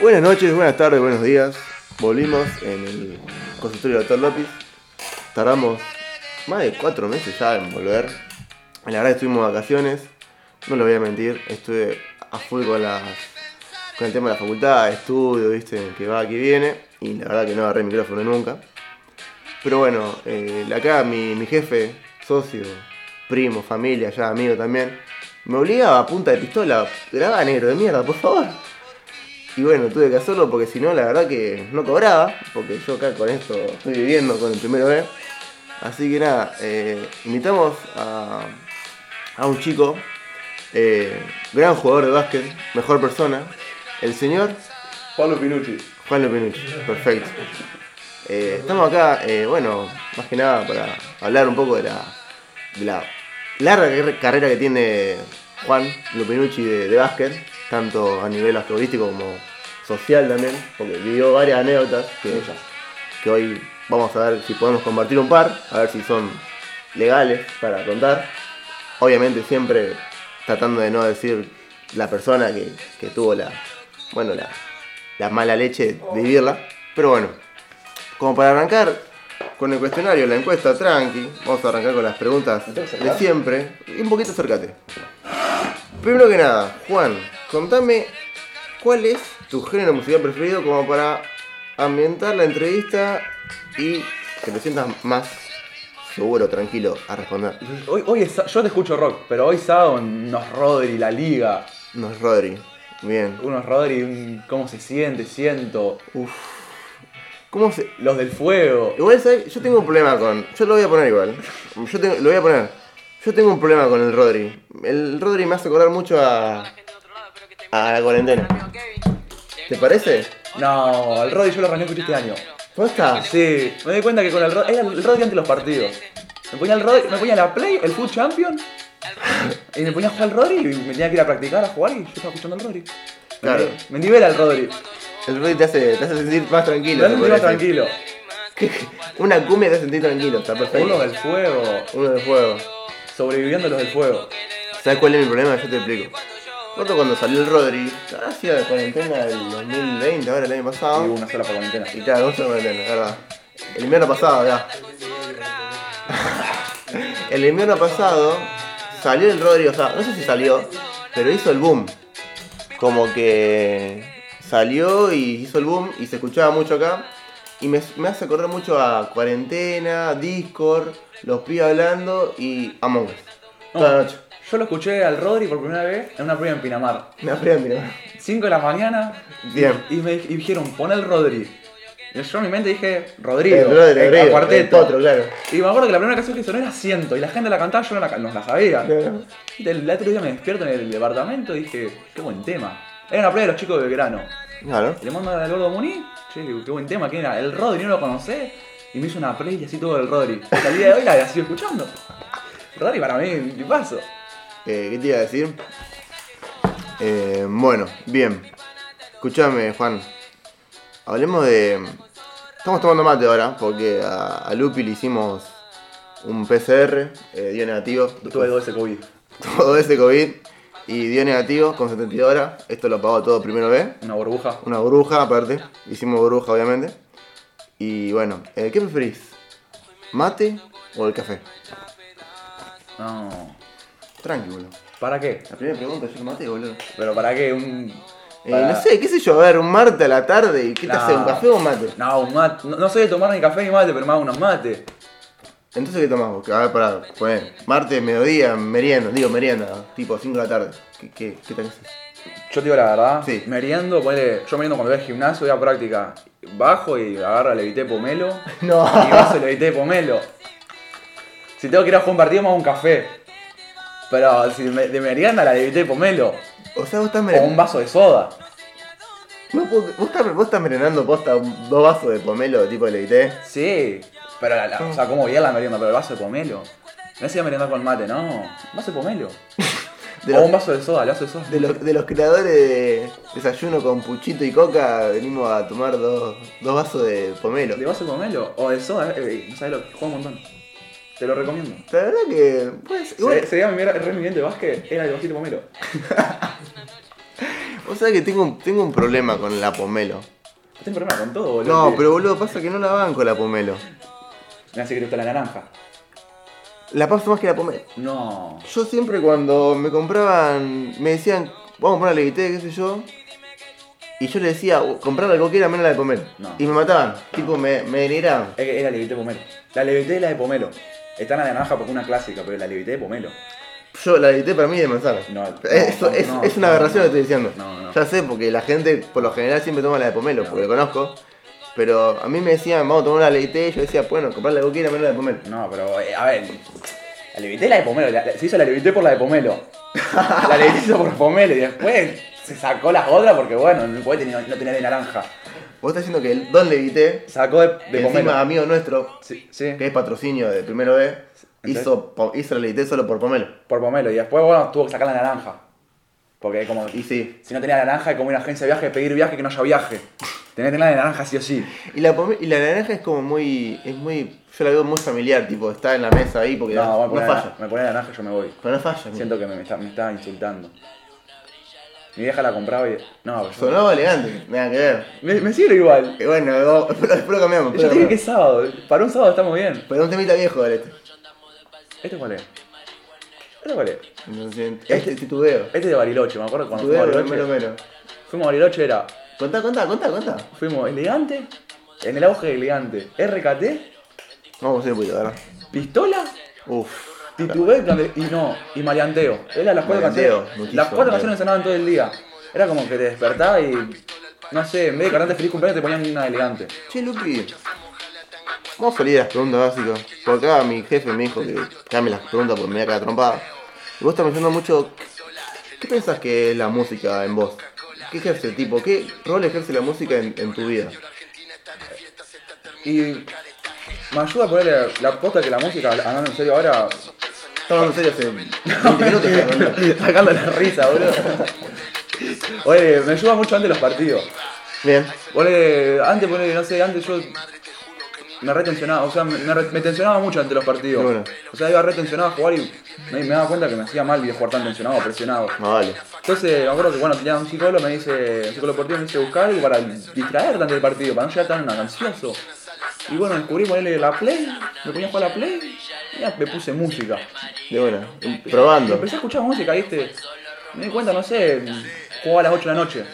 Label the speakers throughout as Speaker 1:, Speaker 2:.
Speaker 1: Buenas noches, buenas tardes, buenos días. Volvimos en el consultorio del Dr. López. Tardamos más de cuatro meses ya en volver. La verdad que estuvimos de vacaciones, no lo voy a mentir, estuve a full con, las, con el tema de la facultad, estudio, viste, que va, que viene. Y la verdad que no agarré el micrófono nunca. Pero bueno, eh, acá mi, mi jefe, socio, primo, familia, ya amigo también, me obligaba a punta de pistola, grabá negro de mierda, por favor. Y bueno, tuve que hacerlo porque si no, la verdad que no cobraba, porque yo acá con esto estoy viviendo con el primero B. Así que nada, eh, invitamos a, a un chico, eh, gran jugador de básquet, mejor persona, el señor
Speaker 2: Pablo Pinucci.
Speaker 1: Juan Lopinucci, perfecto. Eh, estamos acá, eh, bueno, más que nada para hablar un poco de la, de la larga carre- carrera que tiene Juan Lopinucci de, de básquet, tanto a nivel futbolístico como social también, porque vivió varias anécdotas que, que hoy vamos a ver si podemos compartir un par, a ver si son legales para contar. Obviamente siempre tratando de no decir la persona que, que tuvo la, bueno, la, la mala leche de vivirla, pero bueno. Como para arrancar con el cuestionario, la encuesta tranqui, vamos a arrancar con las preguntas
Speaker 2: ¿Me tengo que
Speaker 1: de
Speaker 2: acercar?
Speaker 1: siempre. Y Un poquito acércate. Primero que nada, Juan, contame cuál es tu género musical preferido como para ambientar la entrevista y que te sientas más seguro, tranquilo a responder.
Speaker 2: Hoy, hoy es sa- yo te escucho rock, pero hoy sábado unos Rodri, la liga,
Speaker 1: No es Rodri. Bien.
Speaker 2: unos Rodri, un- cómo se siente, siento,
Speaker 1: ¿Cómo se,
Speaker 2: los del fuego.
Speaker 1: Igual, ¿sabes? Yo tengo un problema con. Yo lo voy a poner igual. Yo tengo- lo voy a poner. Yo tengo un problema con el Rodri. El Rodri me hace acordar mucho a. a la cuarentena. ¿Te parece?
Speaker 2: No, al Rodri yo lo arranqué este año.
Speaker 1: ¿Posta?
Speaker 2: Sí, me di cuenta que con el Rodri, era el Rodri antes de los partidos. Me ponía el Rodri, me ponía la Play, el Food Champion, y me ponía a jugar al Rodri y me tenía que ir a practicar, a jugar y yo estaba escuchando al Rodri.
Speaker 1: Claro.
Speaker 2: Me, me libera el Rodri,
Speaker 1: El Rodri te hace, te hace sentir más
Speaker 2: me
Speaker 1: tranquilo.
Speaker 2: hace
Speaker 1: te
Speaker 2: sentir más
Speaker 1: podría decir.
Speaker 2: tranquilo.
Speaker 1: Una cumbia te hace sentir tranquilo, está perfecto.
Speaker 2: Uno del fuego,
Speaker 1: Uno del juego.
Speaker 2: sobreviviendo los del fuego.
Speaker 1: ¿Sabes cuál es mi problema? Yo te explico. Nosotros cuando salió el Rodri, habrá sido la cuarentena del 2020, ahora el año
Speaker 2: Y
Speaker 1: pasado.
Speaker 2: hubo una sola por cuarentena.
Speaker 1: Y claro, vos sos Magdalena, es verdad. El invierno pasado, ya. el invierno pasado salió el Rodri, o sea, no sé si salió, pero hizo el boom. Como que salió y hizo el boom y se escuchaba mucho acá. Y me, me hace acordar mucho a cuarentena, Discord, los pibes hablando y Among Us. Toda
Speaker 2: Ah.
Speaker 1: la noche.
Speaker 2: Yo lo escuché al Rodri por primera vez en una prueba en Pinamar.
Speaker 1: Me aprieta, mira.
Speaker 2: 5 de la mañana.
Speaker 1: Bien.
Speaker 2: Y me y dijeron, pon el Rodri. Y yo en mi mente dije, Rodrigo.
Speaker 1: El Rodri,
Speaker 2: el
Speaker 1: Rodrigo,
Speaker 2: cuarteto.
Speaker 1: el potro, claro.
Speaker 2: Y me acuerdo que la primera canción que sonó era Ciento. Y la gente la cantaba, yo no la, ca- no la sabía.
Speaker 1: Claro.
Speaker 2: Y El, el otro día me despierto en el departamento y dije, qué buen tema. Era una prueba de los chicos de Belgrano.
Speaker 1: Claro.
Speaker 2: Y Le mando al gordo Muni. Che, digo, qué buen tema, ¿quién era? El Rodri, no lo conocé. Y me hizo una play y así todo el Rodri. Hasta el día de hoy la, la sigo escuchando. Rodri para mí, mi paso.
Speaker 1: Eh, ¿Qué te iba a decir? Eh, bueno, bien. Escuchame, Juan. Hablemos de. Estamos tomando mate ahora, porque a, a Lupi le hicimos un PCR, eh, dio negativo.
Speaker 2: Tuve dos ese COVID.
Speaker 1: Todo ese COVID y dio negativo con 72 horas. Esto lo pagó todo primero B.
Speaker 2: Una burbuja.
Speaker 1: Una bruja, aparte. Hicimos bruja, obviamente. Y bueno, eh, ¿qué preferís? ¿Mate o el café?
Speaker 2: No.
Speaker 1: Tranquilo.
Speaker 2: ¿Para qué?
Speaker 1: La primera pregunta es el mate, boludo.
Speaker 2: Pero para qué un.
Speaker 1: Eh,
Speaker 2: para-
Speaker 1: no sé, qué sé yo, a ver, un martes a la tarde y qué te
Speaker 2: No.
Speaker 1: hace, un café o un mate.
Speaker 2: No, un mate. No, no soy de tomar ni café ni mate, pero me hago unos mates.
Speaker 1: Entonces, ¿qué tomás vos? A ver, pará, poné, martes, mediodía, merienda, digo merienda, tipo 5 de la tarde. ¿Qué, qué, qué te haces?
Speaker 2: Yo te digo la verdad.
Speaker 1: Sí.
Speaker 2: Meriendo, ponele. Yo meriendo cuando voy al gimnasio, voy a práctica. Bajo y agarro el evité pomelo.
Speaker 1: No.
Speaker 2: Y vaso el evité pomelo. Si tengo que ir a jugar un partido, me hago un café. Pero si me- de merienda, la levité pomelo.
Speaker 1: O sea, vos estás
Speaker 2: O un
Speaker 1: merendando.
Speaker 2: vaso de soda.
Speaker 1: vos, estás, vos estás merendando posta un- dos vasos de pomelo tipo ¿eh? leité.
Speaker 2: Sí. Pero la, la- o sea, como bien la merienda, pero el vaso de pomelo. No se iba a merendar con mate, no. Un vaso de pomelo.
Speaker 1: De
Speaker 2: o
Speaker 1: los,
Speaker 2: un vaso de soda, el vaso de soda.
Speaker 1: de los- de los creadores de desayuno con puchito y coca, venimos a tomar dos, dos vasos de pomelo.
Speaker 2: ¿De vaso con pomelo? O de soda, eh, no sabes lo que juega un montón. Te lo recomiendo.
Speaker 1: La verdad que. Pues, igual-
Speaker 2: Se- Sería mi re- re mi bien de básquet, era el vasito pomelo.
Speaker 1: Vos sabés que tengo un, tengo un problema con la pomelo.
Speaker 2: Tengo problema con todo, boludo.
Speaker 1: No, pero boludo, pasa que no la banco la pomelo.
Speaker 2: Me hace que te gusta la naranja.
Speaker 1: La paso más que la pomelo.
Speaker 2: No.
Speaker 1: Yo siempre cuando me compraban, me decían, vamos a comprar la Levité, qué sé yo. Y yo le decía, "Oh, comprar la coquera menos la de pomelo.
Speaker 2: No.
Speaker 1: Y me mataban, tipo, me, me denigraban.
Speaker 2: Es que es la levité de pomelo. La levité es la de pomelo. Está la de naranja porque es una clásica, pero la levité de pomelo.
Speaker 1: Yo la Levité para mí es de manzana.
Speaker 2: No,
Speaker 1: Eso
Speaker 2: no,
Speaker 1: es,
Speaker 2: no,
Speaker 1: es una
Speaker 2: no,
Speaker 1: aberración
Speaker 2: no.
Speaker 1: lo que estoy diciendo.
Speaker 2: No, no.
Speaker 1: Ya sé, porque la gente por lo general siempre toma la de pomelo, porque lo conozco. Pero a mí me decían, vamos a tomar la leite, y yo decía, bueno, comprar la coquera menos la de pomelo.
Speaker 2: No, pero eh, a ver. La levité es la de pomelo. la- la- se hizo la levité por la de pomelo. la levité se hizo por pomelo y después se sacó las otras porque, bueno, no puede tener, no tener de naranja.
Speaker 1: Vos estás diciendo que el Don Levité,
Speaker 2: Sacó de, de
Speaker 1: que
Speaker 2: pomelo.
Speaker 1: encima amigo nuestro,
Speaker 2: Sí, sí.
Speaker 1: que es patrocinio de primero B,
Speaker 2: Entonces-
Speaker 1: hizo, po- hizo la leite solo por pomelo.
Speaker 2: Por pomelo. Y después, bueno, tuvo que sacar la naranja. Porque como.
Speaker 1: Y sí.
Speaker 2: Si no tenía la naranja, es como una agencia de viaje, pedir viaje que no haya viaje. Tenés que tener la de naranja sí o sí.
Speaker 1: Y la, pome- y la naranja es como muy. es muy. Yo la veo muy familiar, tipo, está en la mesa ahí porque
Speaker 2: No,
Speaker 1: no,
Speaker 2: voy a poner la-
Speaker 1: falla.
Speaker 2: me pone la naranja y yo me voy.
Speaker 1: Pero no falla. mira.
Speaker 2: Siento que me, me está, me está insultando. Mi vieja la compraba y. No, pero yo-
Speaker 1: Sonaba elegante, nada que ver.
Speaker 2: Me, me sirve igual.
Speaker 1: Y bueno, vamos- después, después lo cambiamos.
Speaker 2: Yo
Speaker 1: después
Speaker 2: te
Speaker 1: lo cambiamos.
Speaker 2: dije que es sábado. Para un sábado estamos bien.
Speaker 1: Pero un temita viejo, dale este.
Speaker 2: ¿Este cuál es? ¿Este cuál es?
Speaker 1: Entonces, este titubeo.
Speaker 2: Este es de Bariloche, me acuerdo cuando fuimos a
Speaker 1: Titubeo,
Speaker 2: Bariloche.
Speaker 1: mero, mero.
Speaker 2: Fuimos a Bariloche, era.
Speaker 1: Contá, contá, contá, contá.
Speaker 2: Fuimos elegante, en el auge de elegante. RKT,
Speaker 1: Vamos a hacer un poquito, ¿verdad?
Speaker 2: pistola,
Speaker 1: Uf.
Speaker 2: titubeo y plan- y no, y maleanteo. Eran las cuatro
Speaker 1: Maleanteo,
Speaker 2: canciones.
Speaker 1: muchísimo,
Speaker 2: Las cuatro
Speaker 1: maleanteo.
Speaker 2: canciones sonaban todo el día. Era como que te despertaba y. No sé, en vez de cantarte feliz cumpleaños te ponían una elegante.
Speaker 1: Che, Luqui. Vamos a salir de las preguntas básicas. Por acá mi jefe me dijo que cambie las preguntas porque me voy a quedar trompada. Y vos estás pensando mucho. ¿Qué pensás que es la música en vos? ¿Qué ejerce, tipo? ¿Qué rol ejerce la música en, en tu vida?
Speaker 2: Y me ayuda a ponerle la posta que la música, hablando en serio ahora,
Speaker 1: Estaba hablando en serio hace 20 minutos. que estaba hablando.
Speaker 2: sacando la risa, boludo. Oye, me ayuda mucho antes los partidos.
Speaker 1: Bien.
Speaker 2: Oye, antes, ponele, no sé, antes yo me retencionaba, o sea, me, me re- me tensionaba mucho ante los partidos.
Speaker 1: Bueno.
Speaker 2: O sea, iba retencionado a jugar y me, me daba cuenta que me hacía mal bien jugar tan tensionado, presionado.
Speaker 1: No, ah, vale.
Speaker 2: Entonces, me acuerdo que bueno, tenía un psicólogo, me dice, un psicólogo deportivo me dice buscar algo para distraer tanto el partido, para no llegar tan ansioso. Y bueno, descubrí ponerle la play, me ponía a jugar a la play y ya me puse música.
Speaker 1: De buena.
Speaker 2: Y
Speaker 1: Probando.
Speaker 2: empecé a escuchar música, ¿viste? Me di cuenta, no sé, jugaba a las 8 de la noche.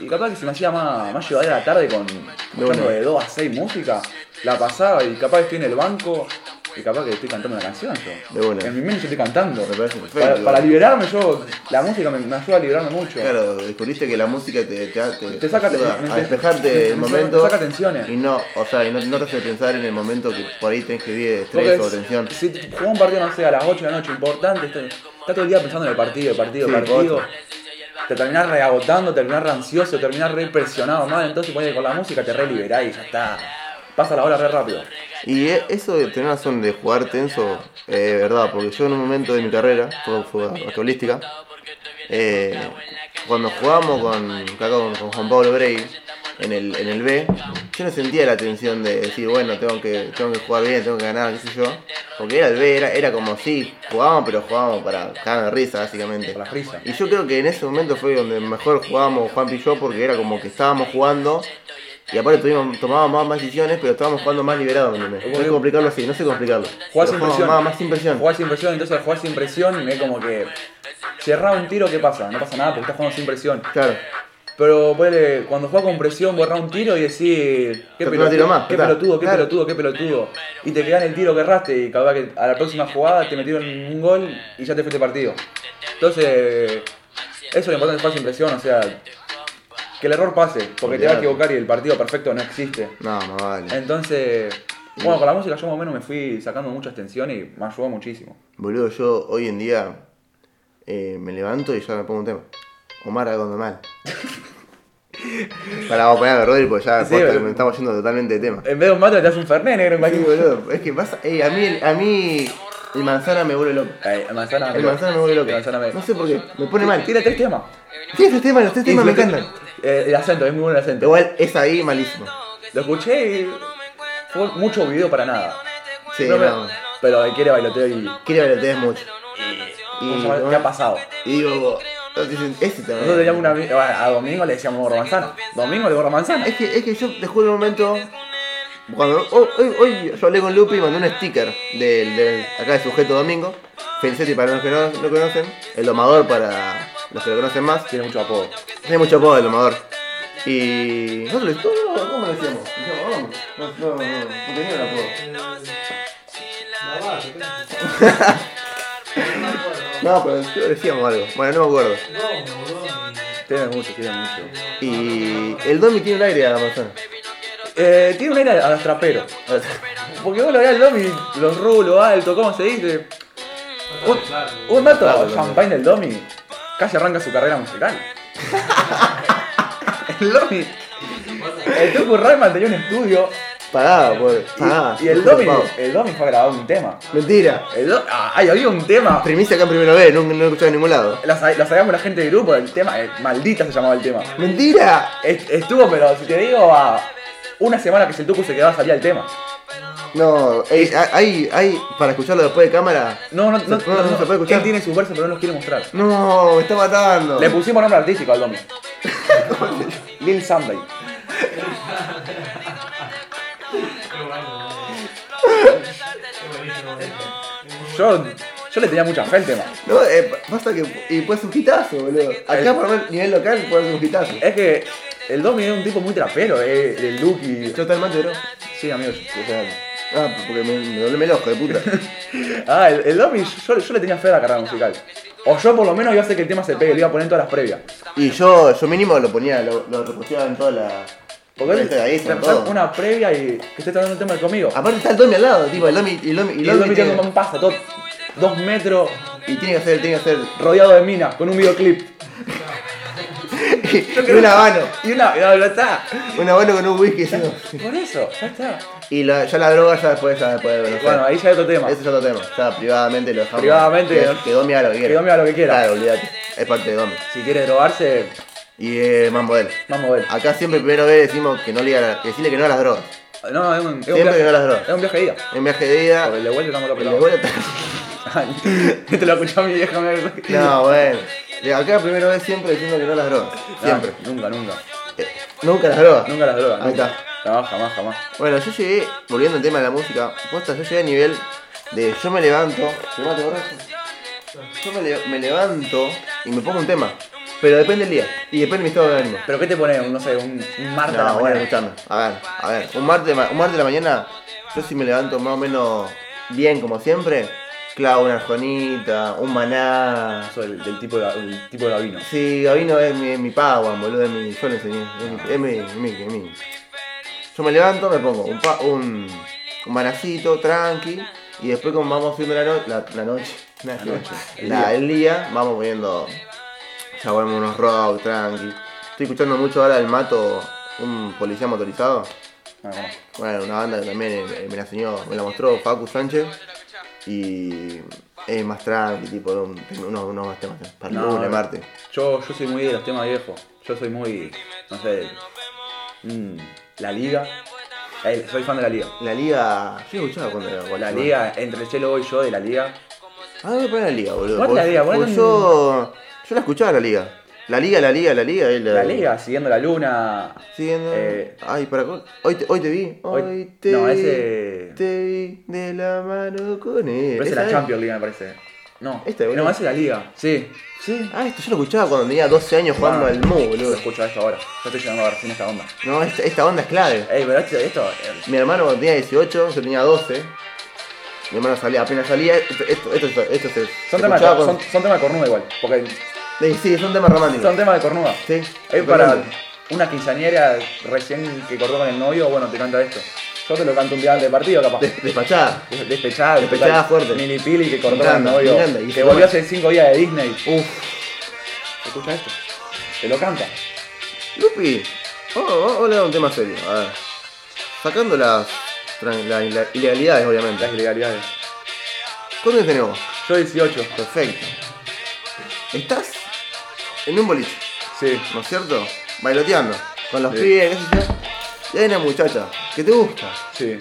Speaker 2: Y capaz que se me hacía más, más llevadera la tarde con escuchando
Speaker 1: una.
Speaker 2: de 2 a 6 música. La pasaba y capaz que estoy en el banco y capaz que estoy cantando una canción yo.
Speaker 1: De una.
Speaker 2: En mi mente yo estoy cantando.
Speaker 1: Me parece perfecto.
Speaker 2: Para, para liberarme yo, la música me, me ayuda a liberarme mucho.
Speaker 1: Claro, descubriste que la música te, te, te,
Speaker 2: Te saca-
Speaker 1: ayuda
Speaker 2: te-
Speaker 1: a
Speaker 2: te-
Speaker 1: despejarte
Speaker 2: te-
Speaker 1: el
Speaker 2: te
Speaker 1: momento.
Speaker 2: saca- te saca tensiones.
Speaker 1: Y no, o sea, y no, no te hace pensar en el momento que por ahí tenés que vivir de
Speaker 2: Porque
Speaker 1: estrés o tensión.
Speaker 2: Si jugó un partido, no sé, a las 8 de la noche, importante, está, está todo el día pensando en el partido, el partido, el
Speaker 1: Sí,
Speaker 2: partido.
Speaker 1: otro.
Speaker 2: Te terminás reagotando, terminás re ansioso, terminás re presionado mal, entonces ponele con la música te re liberás y ya está. Pasa la hora re rápido.
Speaker 1: Y e- eso de tener razón de jugar tenso, eh, verdad, porque yo en un momento de mi carrera, fue, fue basquetbolística, eh, cuando jugábamos con, acá con, con Juan Pablo Brey en el, en el B, yo no sentía la tensión de decir, bueno, tengo que, tengo que jugar bien, tengo que ganar, qué sé yo, porque era el B, era, era como si jugábamos, pero jugábamos para cagar de risa, básicamente.
Speaker 2: Para la risa.
Speaker 1: Y yo creo que en ese momento fue donde mejor jugábamos Juan y yo porque era como que estábamos jugando y aparte tuvimos, tomábamos más, más decisiones, pero estábamos jugando más liberados, ¿me entendés? No sé complicarlo así, no sé complicarlo. Pero
Speaker 2: Jugás sin
Speaker 1: jugamos
Speaker 2: presión.
Speaker 1: Más, más sin presión.
Speaker 2: Jugás sin presión, entonces al jugar sin presión es como que. Cerrá un tiro, ¿qué pasa? No pasa nada porque estás jugando sin presión.
Speaker 1: Claro.
Speaker 2: Pero ponele, cuando juega con presión, borra un tiro y decís, qué
Speaker 1: Otro
Speaker 2: pelotudo,
Speaker 1: tiro más,
Speaker 2: qué
Speaker 1: claro.
Speaker 2: pelotudo, qué
Speaker 1: Claro.
Speaker 2: pelotudo, qué pelotudo. Y te quedan el tiro que erraste y capaz que a la próxima jugada te metieron un gol y ya te fuiste partido. Entonces, eso es lo importante es jugar sin presión, o sea, que el error pase, porque te vas
Speaker 1: Olvidate.
Speaker 2: a equivocar y el partido perfecto no existe.
Speaker 1: No, más vale.
Speaker 2: Entonces, bueno, con la música yo más o menos me fui sacando muchas tensiones y me ayudó muchísimo.
Speaker 1: Boludo, yo hoy en día eh, me levanto y ya me pongo un tema. Omar algo mal. Para vamos a ponerlo, Rodri, porque ya
Speaker 2: Sí,
Speaker 1: posta que
Speaker 2: boludo.
Speaker 1: me estamos yendo totalmente de tema.
Speaker 2: En vez de un mate te das un fernet negro en
Speaker 1: Sí,
Speaker 2: cualquier...
Speaker 1: boludo, es que pasa. eh, a mí, el- a mí el manzana me vuelve loco.
Speaker 2: Eh, manzana,
Speaker 1: El manzana me vuelve loco.
Speaker 2: El manzana me-
Speaker 1: No sé por qué, me pone mal.
Speaker 2: Tiene tres temas.
Speaker 1: Tiene tres temas, los tres temas Este me
Speaker 2: Disfruté-
Speaker 1: encantan.
Speaker 2: Eh, el acento, es muy bueno el acento.
Speaker 1: Igual es ahí malísimo.
Speaker 2: Lo escuché y fue mucho video para nada.
Speaker 1: Sí,
Speaker 2: Pero,
Speaker 1: no.
Speaker 2: pero él quiere bailoteo y.
Speaker 1: Quiere ver el mucho.
Speaker 2: y- ¿cómo se llama? ¿Qué ha pasado?
Speaker 1: Y digo, Todos dicen, ese también.
Speaker 2: Nosotros teníamos una. ami- A a Domingo le decíamos gorro manzana. Domingo le Este gorro manzana.
Speaker 1: Es que, es que yo te juro un momento. Cuando, hoy, hoy- hoy yo hablé con Lupi y mandé un sticker del, del- acá de sujeto domingo. Felicetti para los que no lo conocen. El domador para los que lo conocen más.
Speaker 2: Tiene mucho apodo.
Speaker 1: Tiene mucho apodo el domador. Y. Nosotros le "Oh, ¿cómo, cómo lo decíamos? Decíamos, "Vamos". No, no, no, no, tenía un apodo. No, pero nosotros decíamos algo. Bueno, no me acuerdo.
Speaker 2: Tiene mucho, tiene mucho.
Speaker 1: Y. El Domi tiene un aire a la manzana.
Speaker 2: Eh, tiene un aire a los traperos. Porque vos lo veías al Domi, los rulos alto, ¿cómo se dice? Un, un dato, Champagne del Domi casi arranca su carrera musical. el Domi. El Tucu Rayman tenía un estudio
Speaker 1: Pagaba, pobre.
Speaker 2: y,
Speaker 1: Pagaba.
Speaker 2: y el,
Speaker 1: Te juro,
Speaker 2: Domi,
Speaker 1: pagaba.
Speaker 2: el Domi fue a grabar un tema.
Speaker 1: Mentira.
Speaker 2: El Do- ah, ay, había un tema.
Speaker 1: Primicia acá en primero B, no, no lo he escuchado en ningún lado.
Speaker 2: La sa- la sabíamos la gente del grupo, el tema, eh, maldita se llamaba el tema.
Speaker 1: ¡Mentira!
Speaker 2: Est- Estuvo, pero si te digo, a una semana que el Tucu se quedaba salía el tema.
Speaker 1: No, ey, hay, hay, para escucharlo después de cámara.
Speaker 2: No, no, no,
Speaker 1: No, no, no se puede escuchar.
Speaker 2: Él tiene sus versos, pero no los quiere mostrar.
Speaker 1: No, me está matando.
Speaker 2: Le pusimos nombre artístico al Domi. Lil Sunday. Yo, yo le tenía mucha fe al tema.
Speaker 1: No, eh, pasa que. Y puede ser un hitazo, boludo. Acá
Speaker 2: El-
Speaker 1: por a nivel local puede ser un hitazo.
Speaker 2: Es que el Domi es un tipo muy trapero, eh, el look y...
Speaker 1: Yo tal mate, bro.
Speaker 2: Sí, amigo, yo- o sea...
Speaker 1: Ah, porque me, me doblé el ojo de puta.
Speaker 2: Ah, el, el Domi, yo, yo le tenía fe a la carrera musical. O yo por lo menos iba a hacer que el tema se pegue, le iba a poner en todas las previas.
Speaker 1: Y yo, yo mínimo lo ponía, lo, lo reposteaba en toda la.
Speaker 2: Porque él
Speaker 1: Esto este de ahí,
Speaker 2: te
Speaker 1: en
Speaker 2: pasa
Speaker 1: todo.
Speaker 2: una previa y que esté tocando un tema conmigo.
Speaker 1: Aparte está el Domi al lado, tipo, el Domi, y el Domi, y el
Speaker 2: Y el
Speaker 1: Domi
Speaker 2: Domi
Speaker 1: tiene,
Speaker 2: tiene un paso, todo, dos metros,
Speaker 1: y tiene que hacer, tiene que hacer.
Speaker 2: rodeado de minas, con un videoclip.
Speaker 1: y un habano,
Speaker 2: Y una, y una está.
Speaker 1: un habano con un whisky, ¿sí?
Speaker 2: Por eso, ya está.
Speaker 1: Y la- ya la droga ya después, ya después, bueno,
Speaker 2: Bueno, ahí ya hay otro tema.
Speaker 1: Eso es otro tema. O sea, privadamente lo dejamos.
Speaker 2: Privadamente,
Speaker 1: Que,
Speaker 2: ¿no?
Speaker 1: que Domi haga lo que quiera.
Speaker 2: Que Domi haga lo que quiera.
Speaker 1: Claro, olvídate. Es parte de Domi.
Speaker 2: Si quieres drogarse,
Speaker 1: Y eh, más modelo.
Speaker 2: vamos a ver.
Speaker 1: Acá siempre primero vez decimos que no le diga- decirle que no a las drogas.
Speaker 2: No, es un, es un
Speaker 1: Siempre que no las
Speaker 2: viaje.
Speaker 1: drogas.
Speaker 2: Es un viaje de ida.
Speaker 1: En viaje de ida.
Speaker 2: Por el de vuelta estamos
Speaker 1: el de
Speaker 2: lo
Speaker 1: vuelta-
Speaker 2: Te lo escuchó mi vieja. me-
Speaker 1: No, bueno. Le- Acá primero vez siempre diciendo que no a las drogas.
Speaker 2: Ah,
Speaker 1: Siempre.
Speaker 2: Nunca, nunca.
Speaker 1: Eh, nunca las drogas.
Speaker 2: Nunca las drogas.
Speaker 1: Ahí
Speaker 2: nunca.
Speaker 1: está.
Speaker 2: Jamás, jamás, jamás.
Speaker 1: Bueno, yo llegué, volviendo al tema de la música, posta, yo llegué a nivel de yo me levanto. ¿Te mato, borracho? Yo me, le- me levanto y me pongo un tema. Pero depende del día. Y depende de mi estado de ánimo.
Speaker 2: ¿Pero qué te pone, un, no sé, un, un martes a la
Speaker 1: No, bueno,
Speaker 2: mañana?
Speaker 1: escuchame. A ver, a ver. Un martes, de ma- un martes de la mañana, yo si me levanto más o menos bien como siempre, clavo una arjonita, un maná.
Speaker 2: Eso del, del tipo de, del tipo de gabino.
Speaker 1: Si Gabino es mi, es mi Padawan, boludo, es mi. Yo lo enseñé. Es mi, es mi, es mi, es mi. Yo me levanto, me pongo un, pa- un, un manacito, tranqui, y después como vamos haciendo la, no- la, la noche. La noche.
Speaker 2: el
Speaker 1: la-
Speaker 2: día.
Speaker 1: el día, vamos poniendo. Ya ponemos unos rock, tranqui. Estoy escuchando mucho ahora el mato, un policía motorizado.
Speaker 2: Ah, bueno.
Speaker 1: Bueno, una banda que también eh, me la enseñó, me la mostró Facu Sánchez. Y es más tranqui, tipo, un- unos, unos más temas. Para el
Speaker 2: No,
Speaker 1: lunes, martes.
Speaker 2: Yo, yo soy muy de los temas viejos. Yo soy muy, no sé, mm, la liga. Eh, Soy fan de la liga.
Speaker 1: La liga. Yo escuchaba cuando era
Speaker 2: La
Speaker 1: guacho,
Speaker 2: liga, entre el Chelo y yo de la liga.
Speaker 1: Ah, voy a poner la liga, boludo.
Speaker 2: Ponete la
Speaker 1: porque-
Speaker 2: liga,
Speaker 1: porque
Speaker 2: ponete
Speaker 1: yo. Yo la escuchaba la liga. La liga, la liga, la liga. es
Speaker 2: La liga, siguiendo la luna.
Speaker 1: Siguiendo.
Speaker 2: Eh,
Speaker 1: Ay, para. co- Hoy te, hoy te vi. Hoy,
Speaker 2: Hoy-
Speaker 1: te
Speaker 2: no,
Speaker 1: vi.
Speaker 2: ese-
Speaker 1: Te vi de la mano con él.
Speaker 2: Pero esa es
Speaker 1: Eh, Esa
Speaker 2: la
Speaker 1: es.
Speaker 2: Champions League, me parece. No,
Speaker 1: Esta, boludo.
Speaker 2: no, esa es la liga. Sí, sí.
Speaker 1: Ah, esto yo lo escuchaba cuando tenía 12 años jugando
Speaker 2: Ah,
Speaker 1: al Mu,
Speaker 2: Yo
Speaker 1: boludo.
Speaker 2: escucho esto ahora. Yo estoy llegando recién a esta onda.
Speaker 1: No, esta, esta onda es clave.
Speaker 2: Ey, pero esto, esto, eh,
Speaker 1: Mi hermano cuando tenía 18, yo tenía 12. Mi hermano salía, apenas salía, esto, esto, esto, esto se.
Speaker 2: son,
Speaker 1: se
Speaker 2: temas, de-
Speaker 1: escuchaba
Speaker 2: son,
Speaker 1: con-
Speaker 2: son temas de cornuda igual. Porque
Speaker 1: Sí, sí, son temas románticos.
Speaker 2: son temas de cornuda.
Speaker 1: Sí,
Speaker 2: Es para
Speaker 1: totalmente.
Speaker 2: una quinceañera recién que cortó con el novio, bueno, te canta esto. Yo te lo canto un día antes del partido, capaz.
Speaker 1: Des- despachada.
Speaker 2: Des- Despechada,
Speaker 1: Despechada
Speaker 2: total.
Speaker 1: fuerte.
Speaker 2: Milipili que cortó
Speaker 1: Me
Speaker 2: con el
Speaker 1: encanta, me encanta. Y
Speaker 2: novio. Que
Speaker 1: se toma.
Speaker 2: volvió hace cinco días de Disney.
Speaker 1: Uf.
Speaker 2: Escucha esto. Te lo canta.
Speaker 1: Lupi, oh, vamos a hablar de un tema serio. A ver. Sacando las, tran- la- la- ilegalidades,
Speaker 2: Las
Speaker 1: obviamente.
Speaker 2: ilegalidades.
Speaker 1: ¿Cuándo tenemos?
Speaker 2: Yo 18.
Speaker 1: Perfecto. Estás en un boliche,
Speaker 2: Sí.
Speaker 1: ¿no es cierto? Bailoteando. Con los
Speaker 2: Sí.
Speaker 1: pibes, qué sé yo. Y hay una muchacha que te gusta.
Speaker 2: Sí.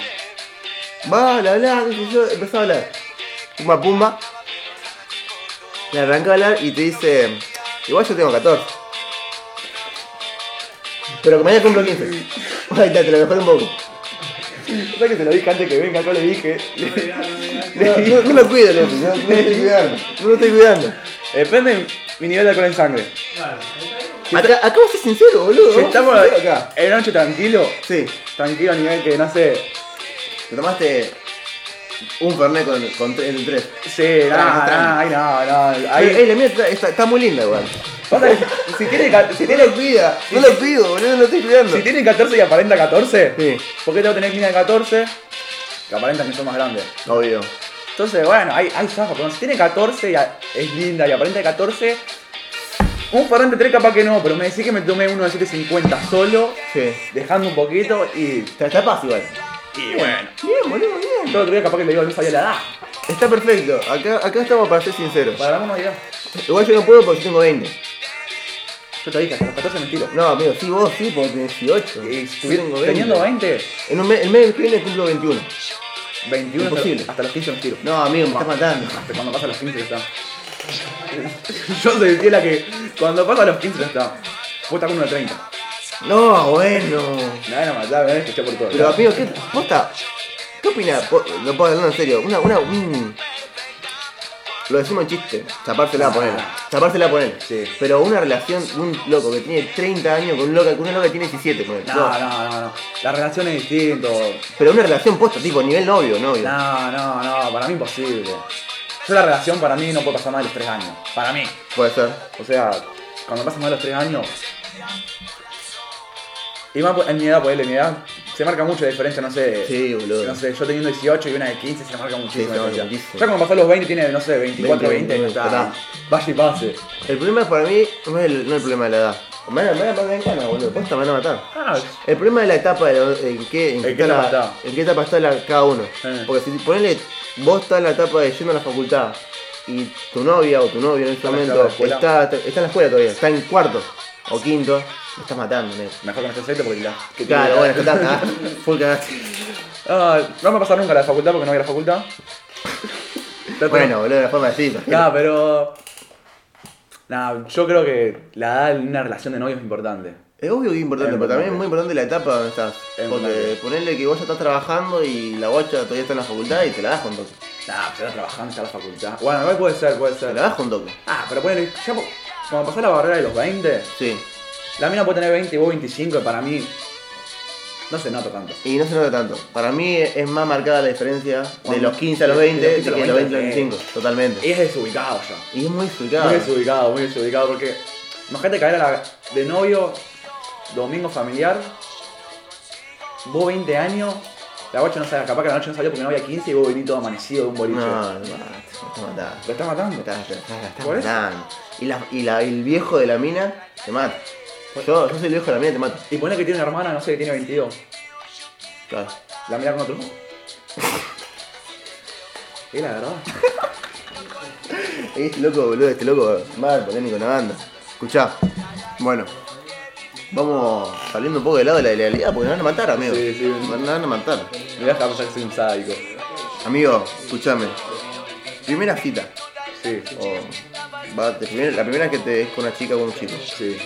Speaker 1: Va, la habla, qué sé yo, empezó a hablar. Pumba, pumba. Le arranca a hablar y te dice, Igual yo tengo 14. Pero que mañana cumplo 15. Ahí está, te lo mejoré un poco.
Speaker 2: ¿Sabes que se lo dije antes que venga? Acá le dije.
Speaker 1: No, no, no lo cuido, loco. No, no lo estoy cuidando. No lo estoy cuidando.
Speaker 2: Depende de mi nivel de alcohol en sangre.
Speaker 3: Claro.
Speaker 1: Acá, acá vos sos sincero, boludo. vos
Speaker 2: Si
Speaker 1: sos
Speaker 2: estamos
Speaker 1: sincero acá.
Speaker 2: en noche tranquilo,
Speaker 1: Sí.
Speaker 2: tranquilo a nivel que no sé.
Speaker 1: Te tomaste un Fernet con, con tre- el 3.
Speaker 2: Sí,
Speaker 1: Tranqui,
Speaker 2: nada, nada, ahí no, no.
Speaker 1: Ahí,
Speaker 2: Ahí.
Speaker 1: la mía está, está- está muy linda igual.
Speaker 2: Pasa que si- si tiene, ca- si
Speaker 1: No
Speaker 2: tiene,
Speaker 1: lo cuida, no lo cuido, boludo, no lo estoy cuidando.
Speaker 2: si tiene 14 y aparenta 14,
Speaker 1: Sí,
Speaker 2: ¿por qué tengo que tener mina de 14? Que aparentan que son más grandes.
Speaker 1: obvio.
Speaker 2: Entonces, bueno, hay, hay zafa, pero si tiene 14 y a- es linda y aparenta de 14, un Fernet de 3 capaz que no, pero me decís que me tomé uno de 750 solo,
Speaker 1: Sí.
Speaker 2: dejando un poquito y.
Speaker 1: Está, está paz igual.
Speaker 2: Y bueno.
Speaker 1: Bien, boludo, bien.
Speaker 2: Yo otro día capaz que le digo, no sabía la edad.
Speaker 1: Está perfecto. Acá, acá estamos para ser sinceros.
Speaker 2: Para darme una idea.
Speaker 1: Igual yo no puedo porque yo tengo 20.
Speaker 2: Yo te dije, hasta los 14 mentiro.
Speaker 1: No, amigo, sí, vos sí, porque tenés 18. Yo
Speaker 2: Y estuvi- Eh, teniendo 20,
Speaker 1: En un mes, el mes que viene cumplo 21.
Speaker 2: 21 hasta-
Speaker 1: Imposible.
Speaker 2: hasta los 15 mentiro.
Speaker 1: No, amigo, me estás matando.
Speaker 2: Hasta cuando pasa los 15 ya está. Yo soy de la que cuando pasa los 15 ya está. Vos estás con una 30.
Speaker 1: No, bueno.
Speaker 2: Me van a matar, me van a escuchar por todo.
Speaker 1: Pero amigo, ¿qué posta? ¿Qué opinas? No puedo hablar en serio. Una, una, un- Lo decimos en chiste. Chapársela a poner. Chapársela a poner.
Speaker 2: Sí.
Speaker 1: Pero una relación de un loco que tiene 30 años con un loca, con una loca que tiene 17 ponele.
Speaker 2: No, no, no, no. La relación es distinto.
Speaker 1: Pero una relación posta, tipo, nivel novio, novio.
Speaker 2: No, no, no, para mí imposible. Yo la relación para mí no puede pasar más de los 3 años. Para mí.
Speaker 1: Puede ser.
Speaker 2: O sea, cuando pasan más de los 3 años. Y más en mi edad, pues en mi edad se marca mucho la diferencia, no sé.
Speaker 1: Sí, boludo.
Speaker 2: No sé, yo teniendo 18 y una de 15 se marca
Speaker 1: Sí,
Speaker 2: muchísimo.
Speaker 1: se
Speaker 2: la
Speaker 1: marca
Speaker 2: diferencia.
Speaker 1: muchísimo.
Speaker 2: ya cuando pasó los 20 tiene, no sé, 24, 20,
Speaker 1: 20,
Speaker 2: está.
Speaker 1: está.
Speaker 2: Vaya y pase.
Speaker 1: El problema para mí no es el, no el problema de la edad. Me van a, me van a matar en cana, boludo. Posta, me van a matar.
Speaker 2: Ah,
Speaker 1: El problema es la etapa de la- en qué, en
Speaker 2: ¿En
Speaker 1: qué
Speaker 2: qué
Speaker 1: etapa,
Speaker 2: etapa
Speaker 1: en qué etapa está la- cada uno.
Speaker 2: Eh.
Speaker 1: Porque si ponele, vos estás en la etapa de yendo a la facultad y tu novia o tu novio en ese
Speaker 2: Está en la
Speaker 1: momento
Speaker 2: escuela.
Speaker 1: está, está en la escuela todavía, está en cuarto o quinto, me estás matando, nego.
Speaker 2: mejor que no estés aceite porque la. que
Speaker 1: Claro,
Speaker 2: tiene-
Speaker 1: bueno, ya está, ah, full cagaste.
Speaker 2: Ah, no me va a pasar nunca la facultad porque no voy a la facultad. Trato-
Speaker 1: Bueno, boludo, la forma de decir.
Speaker 2: Nah, pero. Nah, yo creo que la edad en una relación de novios es importante.
Speaker 1: Es obvio que es importante,
Speaker 2: Es
Speaker 1: pero también es
Speaker 2: importante.
Speaker 1: muy importante la etapa donde estás.
Speaker 2: Es
Speaker 1: Porque
Speaker 2: importante.
Speaker 1: ponele que vos ya estás trabajando y la bocha todavía está en la facultad y te la das con toque.
Speaker 2: Nah, pero trabajando ya la facultad. Bueno, igual puede ser, puede
Speaker 1: Te
Speaker 2: ser.
Speaker 1: la das con toque.
Speaker 2: Ah, pero ponele, ya po- cuando pasás la barrera de los 20,
Speaker 1: Sí.
Speaker 2: la mina puede tener 20 y vos 25, y para mí no se nota tanto.
Speaker 1: Y no se nota tanto. Para mí es más marcada la diferencia de
Speaker 2: Cuando-
Speaker 1: los 15 a los
Speaker 2: de
Speaker 1: 20
Speaker 2: los
Speaker 1: de
Speaker 2: 15 a los
Speaker 1: que de los 20
Speaker 2: 20,
Speaker 1: a los 25. Totalmente.
Speaker 2: Y es desubicado ya.
Speaker 1: Y es muy explicado.
Speaker 2: Muy desubicado, muy desubicado, porque imagínate caer a la, de novio, domingo familiar, vos 20 años, la guacha no sabe, capaz que la noche no salió porque no había 15 y vos venís todo amanecido de un boliche.
Speaker 1: No, no, te estás matando.
Speaker 2: Lo estás matando.
Speaker 1: Te estás, te estás- te estás
Speaker 2: ¿Por eso?
Speaker 1: matando. Y, la, y la- el viejo de la mina te mata. Yo, yo soy el viejo de la mina y te mato.
Speaker 2: Y ponle que tiene una hermana, no sé, que tiene 22.
Speaker 1: Claro.
Speaker 2: La mira con otro ojo. Es la verdad.
Speaker 1: Este loco, boludo, este loco, mal, polémico una banda. Escuchá. Bueno. Vamos saliendo un poco del lado de la ilegalidad porque nos van a matar, amigo.
Speaker 2: Sí, sí.
Speaker 1: Nos van a matar.
Speaker 2: Mirá, acá pensar que soy un sádico.
Speaker 1: Amigo, escúchame. Primera cita.
Speaker 2: Sí,
Speaker 1: O va, te- primer- la primera es que te es con una chica o con un chico.
Speaker 2: sí.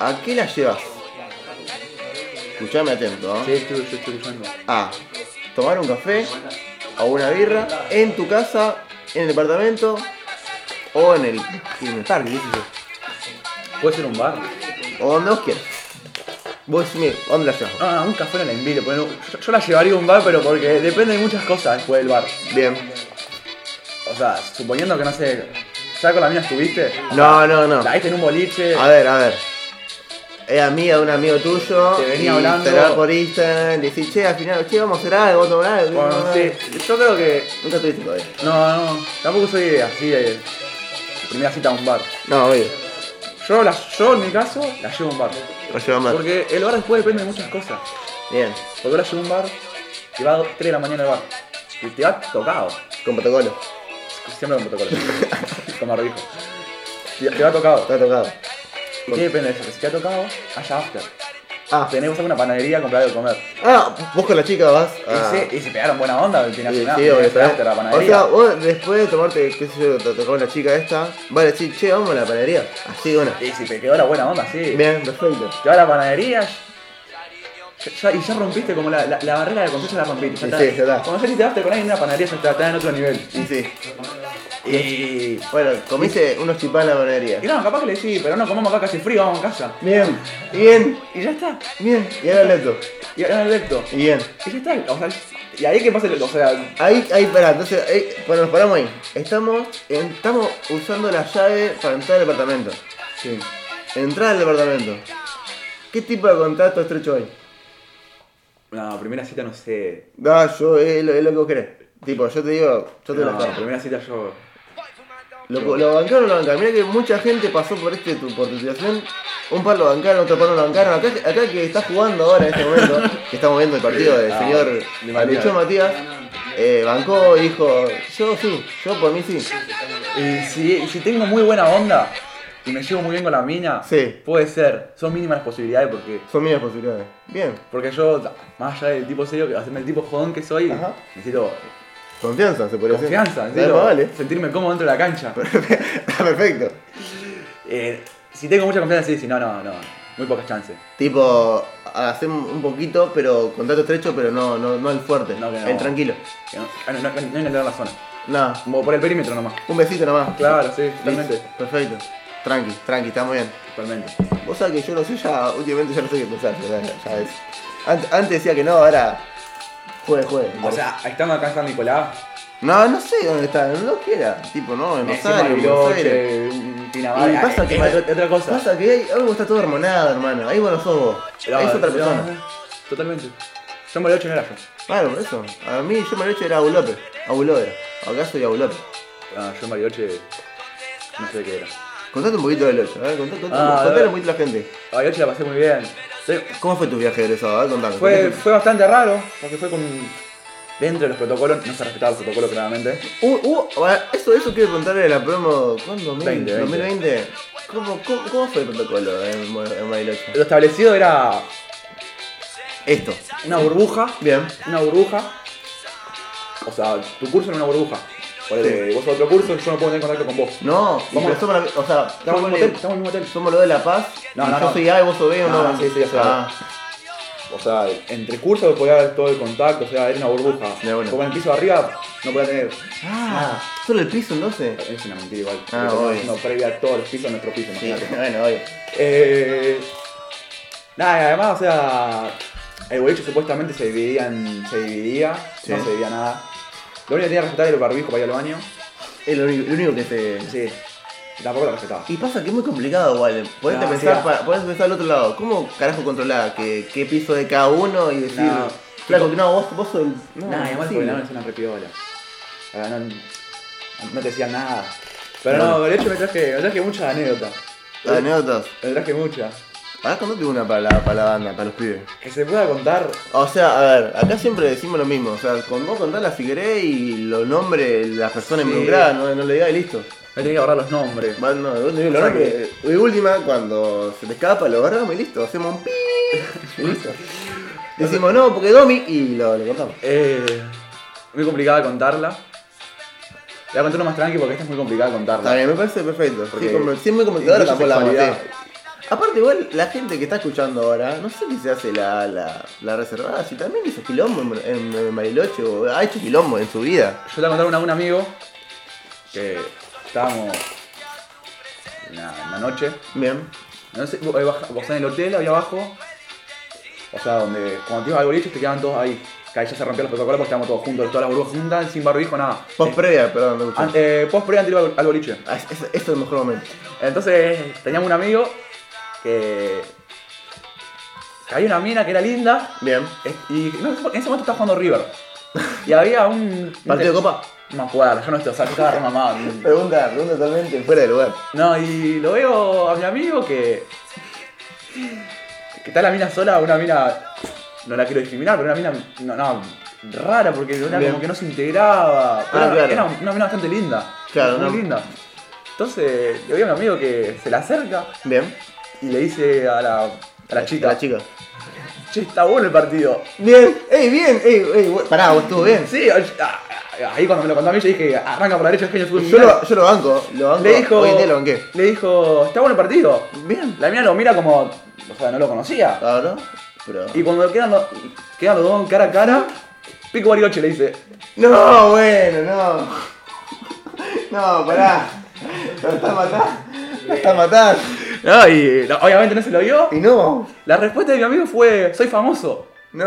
Speaker 1: ¿A qué la llevas? Escuchame atento, ¿ah?
Speaker 2: Sí, estoy, yo estoy escuchando.
Speaker 1: A. Tomar un café o una birra en tu casa, en el departamento o en el, en el parque, qué sé yo.
Speaker 2: Puede ser un bar.
Speaker 1: O donde vos quieras. Vos decime, ¿dónde la llevas?
Speaker 2: Ah, un café no la envidio. poner un- Yo, yo la llevaría a un bar, pero porque depende de muchas cosas después del bar.
Speaker 1: Bien.
Speaker 2: O sea, suponiendo que no sé. ¿Ya con la mina estuviste?
Speaker 1: No, no, no.
Speaker 2: La viste en un boliche.
Speaker 1: A ver, a ver. Es amiga de un amigo tuyo.
Speaker 2: Te venía
Speaker 1: y
Speaker 2: hablando.
Speaker 1: Te la por Instagram. Le decís, che, al final, che, vamos a hacer algo, vamos a tomar algo.
Speaker 2: Bueno, sí. Yo creo que.
Speaker 1: Nunca estuviste todavía.
Speaker 2: No, no. Tampoco soy así de. Primera cita a un bar.
Speaker 1: No, oye.
Speaker 2: Yo, la, yo en mi caso, la llevo a un bar.
Speaker 1: Lo lleva mal.
Speaker 2: Porque el bar después depende de muchas cosas.
Speaker 1: Bien.
Speaker 2: Porque ahora llevo a un bar, te va a 3 de la mañana al bar. Y te va tocado.
Speaker 1: Con protocolo.
Speaker 2: Siempre con protocolo. como lo dijo. Te, te va tocado.
Speaker 1: Está tocado.
Speaker 2: ¿Y qué depende de eso? Que si te ha tocado, haya after.
Speaker 1: Ah.
Speaker 2: Tenemos alguna panadería, comprar algo de comer.
Speaker 1: Ah, vos con la chica vas a...
Speaker 2: Y, se, y se pegaron buena onda, al final
Speaker 1: Ah. Sí,
Speaker 2: cenaste,
Speaker 1: sí, obvio,
Speaker 2: cenaste
Speaker 1: ¿sabes?
Speaker 2: a la
Speaker 1: O
Speaker 2: panadería.
Speaker 1: sea, vos después de tomarte, qué sé yo, te tocó la chica esta, vale, sí, che, vamos a la panadería. Así, bueno.
Speaker 2: Y se te quedó la buena onda, sí.
Speaker 1: Bien, perfecto.
Speaker 2: Te va a la panadería. ya- ya- y ya rompiste como la, la, la barrera de confianza la rompiste.
Speaker 1: Sí,
Speaker 2: Ya
Speaker 1: sí, ya está.
Speaker 2: Cuando ya te daste con alguien en una panadería ya está, está en otro nivel.
Speaker 1: Y sí.
Speaker 2: Y.
Speaker 1: Bueno, comiste unos chipás en la panadería.
Speaker 2: Y no, capaz que le decís, pero no comamos acá, hace frío, vamos a casa.
Speaker 1: Bien, bien,
Speaker 2: Y ya está.
Speaker 1: bien. Y ahora el otro.
Speaker 2: Y ahora Alberto.
Speaker 1: Y bien.
Speaker 2: Y ya está. O sea, y ahí que pasa el. O sea,
Speaker 1: Ahí, ahí, pará, entonces, ahí, bueno, nos paramos ahí. Estamos, estamos usando la llave para entrar al departamento.
Speaker 2: sí.
Speaker 1: Entrar al departamento. ¿Qué tipo de contrato estrecho hay?
Speaker 2: No, primera cita no sé.
Speaker 1: No, yo, es lo, es lo que vos querés. Tipo, yo te digo, yo te
Speaker 2: No,
Speaker 1: lo hago.
Speaker 2: primera cita yo.
Speaker 1: Lo, lo bancaron, lo bancaron. Mirá que mucha gente pasó por este tu, por tu situación. Un par lo bancaron, otro par no lo bancaron. Acá, acá que está jugando ahora en este momento, que estamos viendo el partido del
Speaker 2: Ah,
Speaker 1: señor
Speaker 2: de Matías.
Speaker 1: Luchón Matías, eh, bancó y dijo, yo sí, yo por mí sí.
Speaker 2: Y si, si tengo muy buena onda y me llevo muy bien con la mina,
Speaker 1: Sí.
Speaker 2: puede ser. Son mínimas las posibilidades porque.
Speaker 1: Son mías posibilidades. Bien,
Speaker 2: Porque yo, más allá del tipo serio, que hacerme el tipo jodón que soy,
Speaker 1: Ajá.
Speaker 2: necesito
Speaker 1: confianza, se podría decir.
Speaker 2: confianza,
Speaker 1: Nada
Speaker 2: necesito
Speaker 1: más vale.
Speaker 2: sentirme cómodo dentro de la cancha.
Speaker 1: Está perfecto.
Speaker 2: Eh, si tengo mucha confianza, sí, si no, no, no, muy pocas chances.
Speaker 1: Tipo, hacer un un poquito, pero contrato estrecho, pero no, no, no el fuerte.
Speaker 2: No, que no.
Speaker 1: El tranquilo.
Speaker 2: Que No, ah, no, no, no hay que entrar en la zona.
Speaker 1: Nada,
Speaker 2: Como por el perímetro nomás.
Speaker 1: un besito nomás.
Speaker 2: Claro, sí, totalmente.
Speaker 1: Listo, perfecto. Tranqui, tranqui, estamos bien.
Speaker 2: Totalmente.
Speaker 1: Vos sabés que yo no sé, ya últimamente ya no sé qué pensar, ya, ya- ya es. Ant- antes decía que no, ahora juegue, juegue.
Speaker 2: O sea, estando acá en San Nicolás,
Speaker 1: no, no sé dónde está, no quiera. Tipo, no, en
Speaker 2: encima
Speaker 1: Rosario, en Buenos Aires.
Speaker 2: Bariloche, un
Speaker 1: Y
Speaker 2: Pinamar,
Speaker 1: pasa
Speaker 2: eh,
Speaker 1: que
Speaker 2: es
Speaker 1: Mar-
Speaker 2: otra cosa.
Speaker 1: Pasa que ahí- algo está todo hermanado, hermano. Ahí vos no sos vos.
Speaker 2: No,
Speaker 1: Ahí es otra
Speaker 2: no,
Speaker 1: persona.
Speaker 2: Totalmente. Yo me lo he hecho en el ajo.
Speaker 1: Claro, por eso. A mí yo me lo he hecho era Abu López. Abu López. Acá soy Abu López.
Speaker 2: Ah, yo en Bariloche no sé qué era.
Speaker 1: Contate un poquito del 8, a ver, contate, contate,
Speaker 2: Ah, a
Speaker 1: contale
Speaker 2: ver.
Speaker 1: un poquito a la gente.
Speaker 2: Bariloche la pasé muy bien. Sí,
Speaker 1: ¿Cómo fue tu viaje de egresado? A ver, contame.
Speaker 2: Fue,
Speaker 1: contame.
Speaker 2: fue bastante raro, porque fue con... Dentro de los protocolos, no se respetaba los protocolos claramente.
Speaker 1: Uh, uh, a- eso, eso quiero preguntarle a la promo. ¿Cuándo?
Speaker 2: 20,
Speaker 1: 2020. 2020. ¿Cómo, cómo, cómo fue el protocolo en, Mo- en Bariloche?
Speaker 2: Lo establecido era
Speaker 1: Esto.
Speaker 2: una burbuja,
Speaker 1: Bien.
Speaker 2: una burbuja. O sea, tu curso era una burbuja. Por el, Vos a otro curso, yo no puedo tener contacto con vos.
Speaker 1: No, y
Speaker 2: Vamos.
Speaker 1: pero somos la- o sea,
Speaker 2: Estamos
Speaker 1: somos,
Speaker 2: en el hotel, estamos en el mismo hotel.
Speaker 1: somos los de La Paz.
Speaker 2: No,
Speaker 1: y
Speaker 2: no,
Speaker 1: yo
Speaker 2: no.
Speaker 1: soy A y vos sos B o
Speaker 2: No,
Speaker 1: no.
Speaker 2: no, sí, sí, ya sé.
Speaker 1: Ah,
Speaker 2: O sea, entre cursos podía haber todo el contacto, o sea, era una burbuja.
Speaker 1: Ah, De una.
Speaker 2: Como en el piso de arriba, no podía tener.
Speaker 1: ah, solo el piso entonces.
Speaker 2: Es una mentira igual.
Speaker 1: Ah,
Speaker 2: Estamos
Speaker 1: obvio.
Speaker 2: haciendo previa a todos los pisos de nuestro piso,
Speaker 1: Sí,
Speaker 2: imagínate.
Speaker 1: bueno, obvio.
Speaker 2: Eh, nada, y además, o sea, el boliche supuestamente se dividía, en- se dividía,
Speaker 1: Sí.
Speaker 2: no se dividía nada. Lo único que tenía que respetar era el barbijo para ir al baño.
Speaker 1: Es lo único, lo único que se.
Speaker 2: Sí, tampoco lo respetaba.
Speaker 1: Y pasa que es muy complicado igual, eh. podés
Speaker 2: No,
Speaker 1: pensar,
Speaker 2: sí,
Speaker 1: para, podés pensar al otro lado, ¿cómo carajo controlar que, qué piso de cada uno y decir,
Speaker 2: No.
Speaker 1: flaco, que no, vos, vos sos el... No,
Speaker 2: nada, y además
Speaker 1: sí.
Speaker 2: porque la es una repiola. La verdad, No, no te decían nada. Pero no, de hecho me traje, me traje muchas anécdotas.
Speaker 1: Anécdotas.
Speaker 2: Me traje muchas.
Speaker 1: Ahora contate una para la, para la banda, para los pibes.
Speaker 2: Que se pueda contar
Speaker 1: O sea, a ver, acá siempre decimos lo mismo. O sea, con vos contala si querés y los nombres, las personas
Speaker 2: Sí.
Speaker 1: involucradas, no, no le digas y listo.
Speaker 2: Me tenía que ahorrar los nombres.
Speaker 1: Va, no, vos tenés los
Speaker 2: O sea
Speaker 1: nombres. De última, cuando se te escapa, lo agarramos y listo. Hacemos un pi y listo. Decimos no, porque Domi y lo, lo cortamos.
Speaker 2: Eh, muy complicada contarla. Voy a contar una más tranqui porque esta es muy complicada
Speaker 1: Está
Speaker 2: contarla.
Speaker 1: bien, me parece perfecto.
Speaker 2: Porque
Speaker 1: Sí, como, sí, muy comentadora tampoco
Speaker 2: incluye
Speaker 1: la vamos a hacer.
Speaker 2: sexualidad.
Speaker 1: Aparte, igual, la gente que está escuchando ahora, no sé qué se hace la, la, la reservada, si también hizo quilombo en, en, en Bariloche o ha hecho quilombo en su vida.
Speaker 2: Yo te voy a contar una a un amigo que estábamos una, una noche.
Speaker 1: Bien.
Speaker 2: No sé, vos, eh, baja- vos estás en el hotel, ahí abajo. O sea, donde cuando te ibas al boliche te quedaban todos ahí. Que ahí ya se rompieron los protocolos porque estábamos todos juntos, todas las burbujas juntas, sin barbijo, nada.
Speaker 1: Post previa, perdón, no escuché.
Speaker 2: An- eh, post previa antes de ir al- al boliche.
Speaker 1: Ah, es- es- Esto es el mejor momento.
Speaker 2: Entonces teníamos un amigo que... que había una mina que era linda,
Speaker 1: Bien.
Speaker 2: Eh, Y no, en ese momento estaba jugando River. Y había un.
Speaker 1: ¿Partido de copa?
Speaker 2: No me acuerdo, yo no estoy, o sea, yo estaba re mamado.
Speaker 1: Pregunta, pregunta totalmente fuera de lugar.
Speaker 2: No, y lo veo a mi amigo que. que está la mina sola, una mina. No la quiero discriminar, pero una mina. No, no, rara, porque era
Speaker 1: Bien.
Speaker 2: como que no se integraba. Pero
Speaker 1: Ah, claro.
Speaker 2: era una mina bastante linda.
Speaker 1: Claro,
Speaker 2: muy
Speaker 1: no.
Speaker 2: linda. Entonces, le veo a mi amigo que se la acerca
Speaker 1: Bien.
Speaker 2: y le dice a la A la chica.
Speaker 1: A la chica.
Speaker 2: Che, está bueno el partido.
Speaker 1: Bien, ey, bien, ey, ey, bu- pará, vos estuvo bien.
Speaker 2: Sí, ah, ah, ahí cuando me lo contó a mí, yo dije, arranca por la derecha, el genio fútbol.
Speaker 1: Yo lo, yo lo banco, lo banco.
Speaker 2: le dijo,
Speaker 1: Hoy en día lo banqué.
Speaker 2: le dijo, está bueno el partido.
Speaker 1: Bien.
Speaker 2: La mina lo mira como, o sea, no lo conocía.
Speaker 1: Claro, pero.
Speaker 2: Y cuando quedan los, quedan los dos cara a cara, Pico Bariloche le dice,
Speaker 1: No, bueno, no. No, pará. Lo está matando. Lo está matando.
Speaker 2: no, y no, obviamente no se lo vio.
Speaker 1: Y no.
Speaker 2: La respuesta de mi amigo fue, soy famoso.
Speaker 1: No.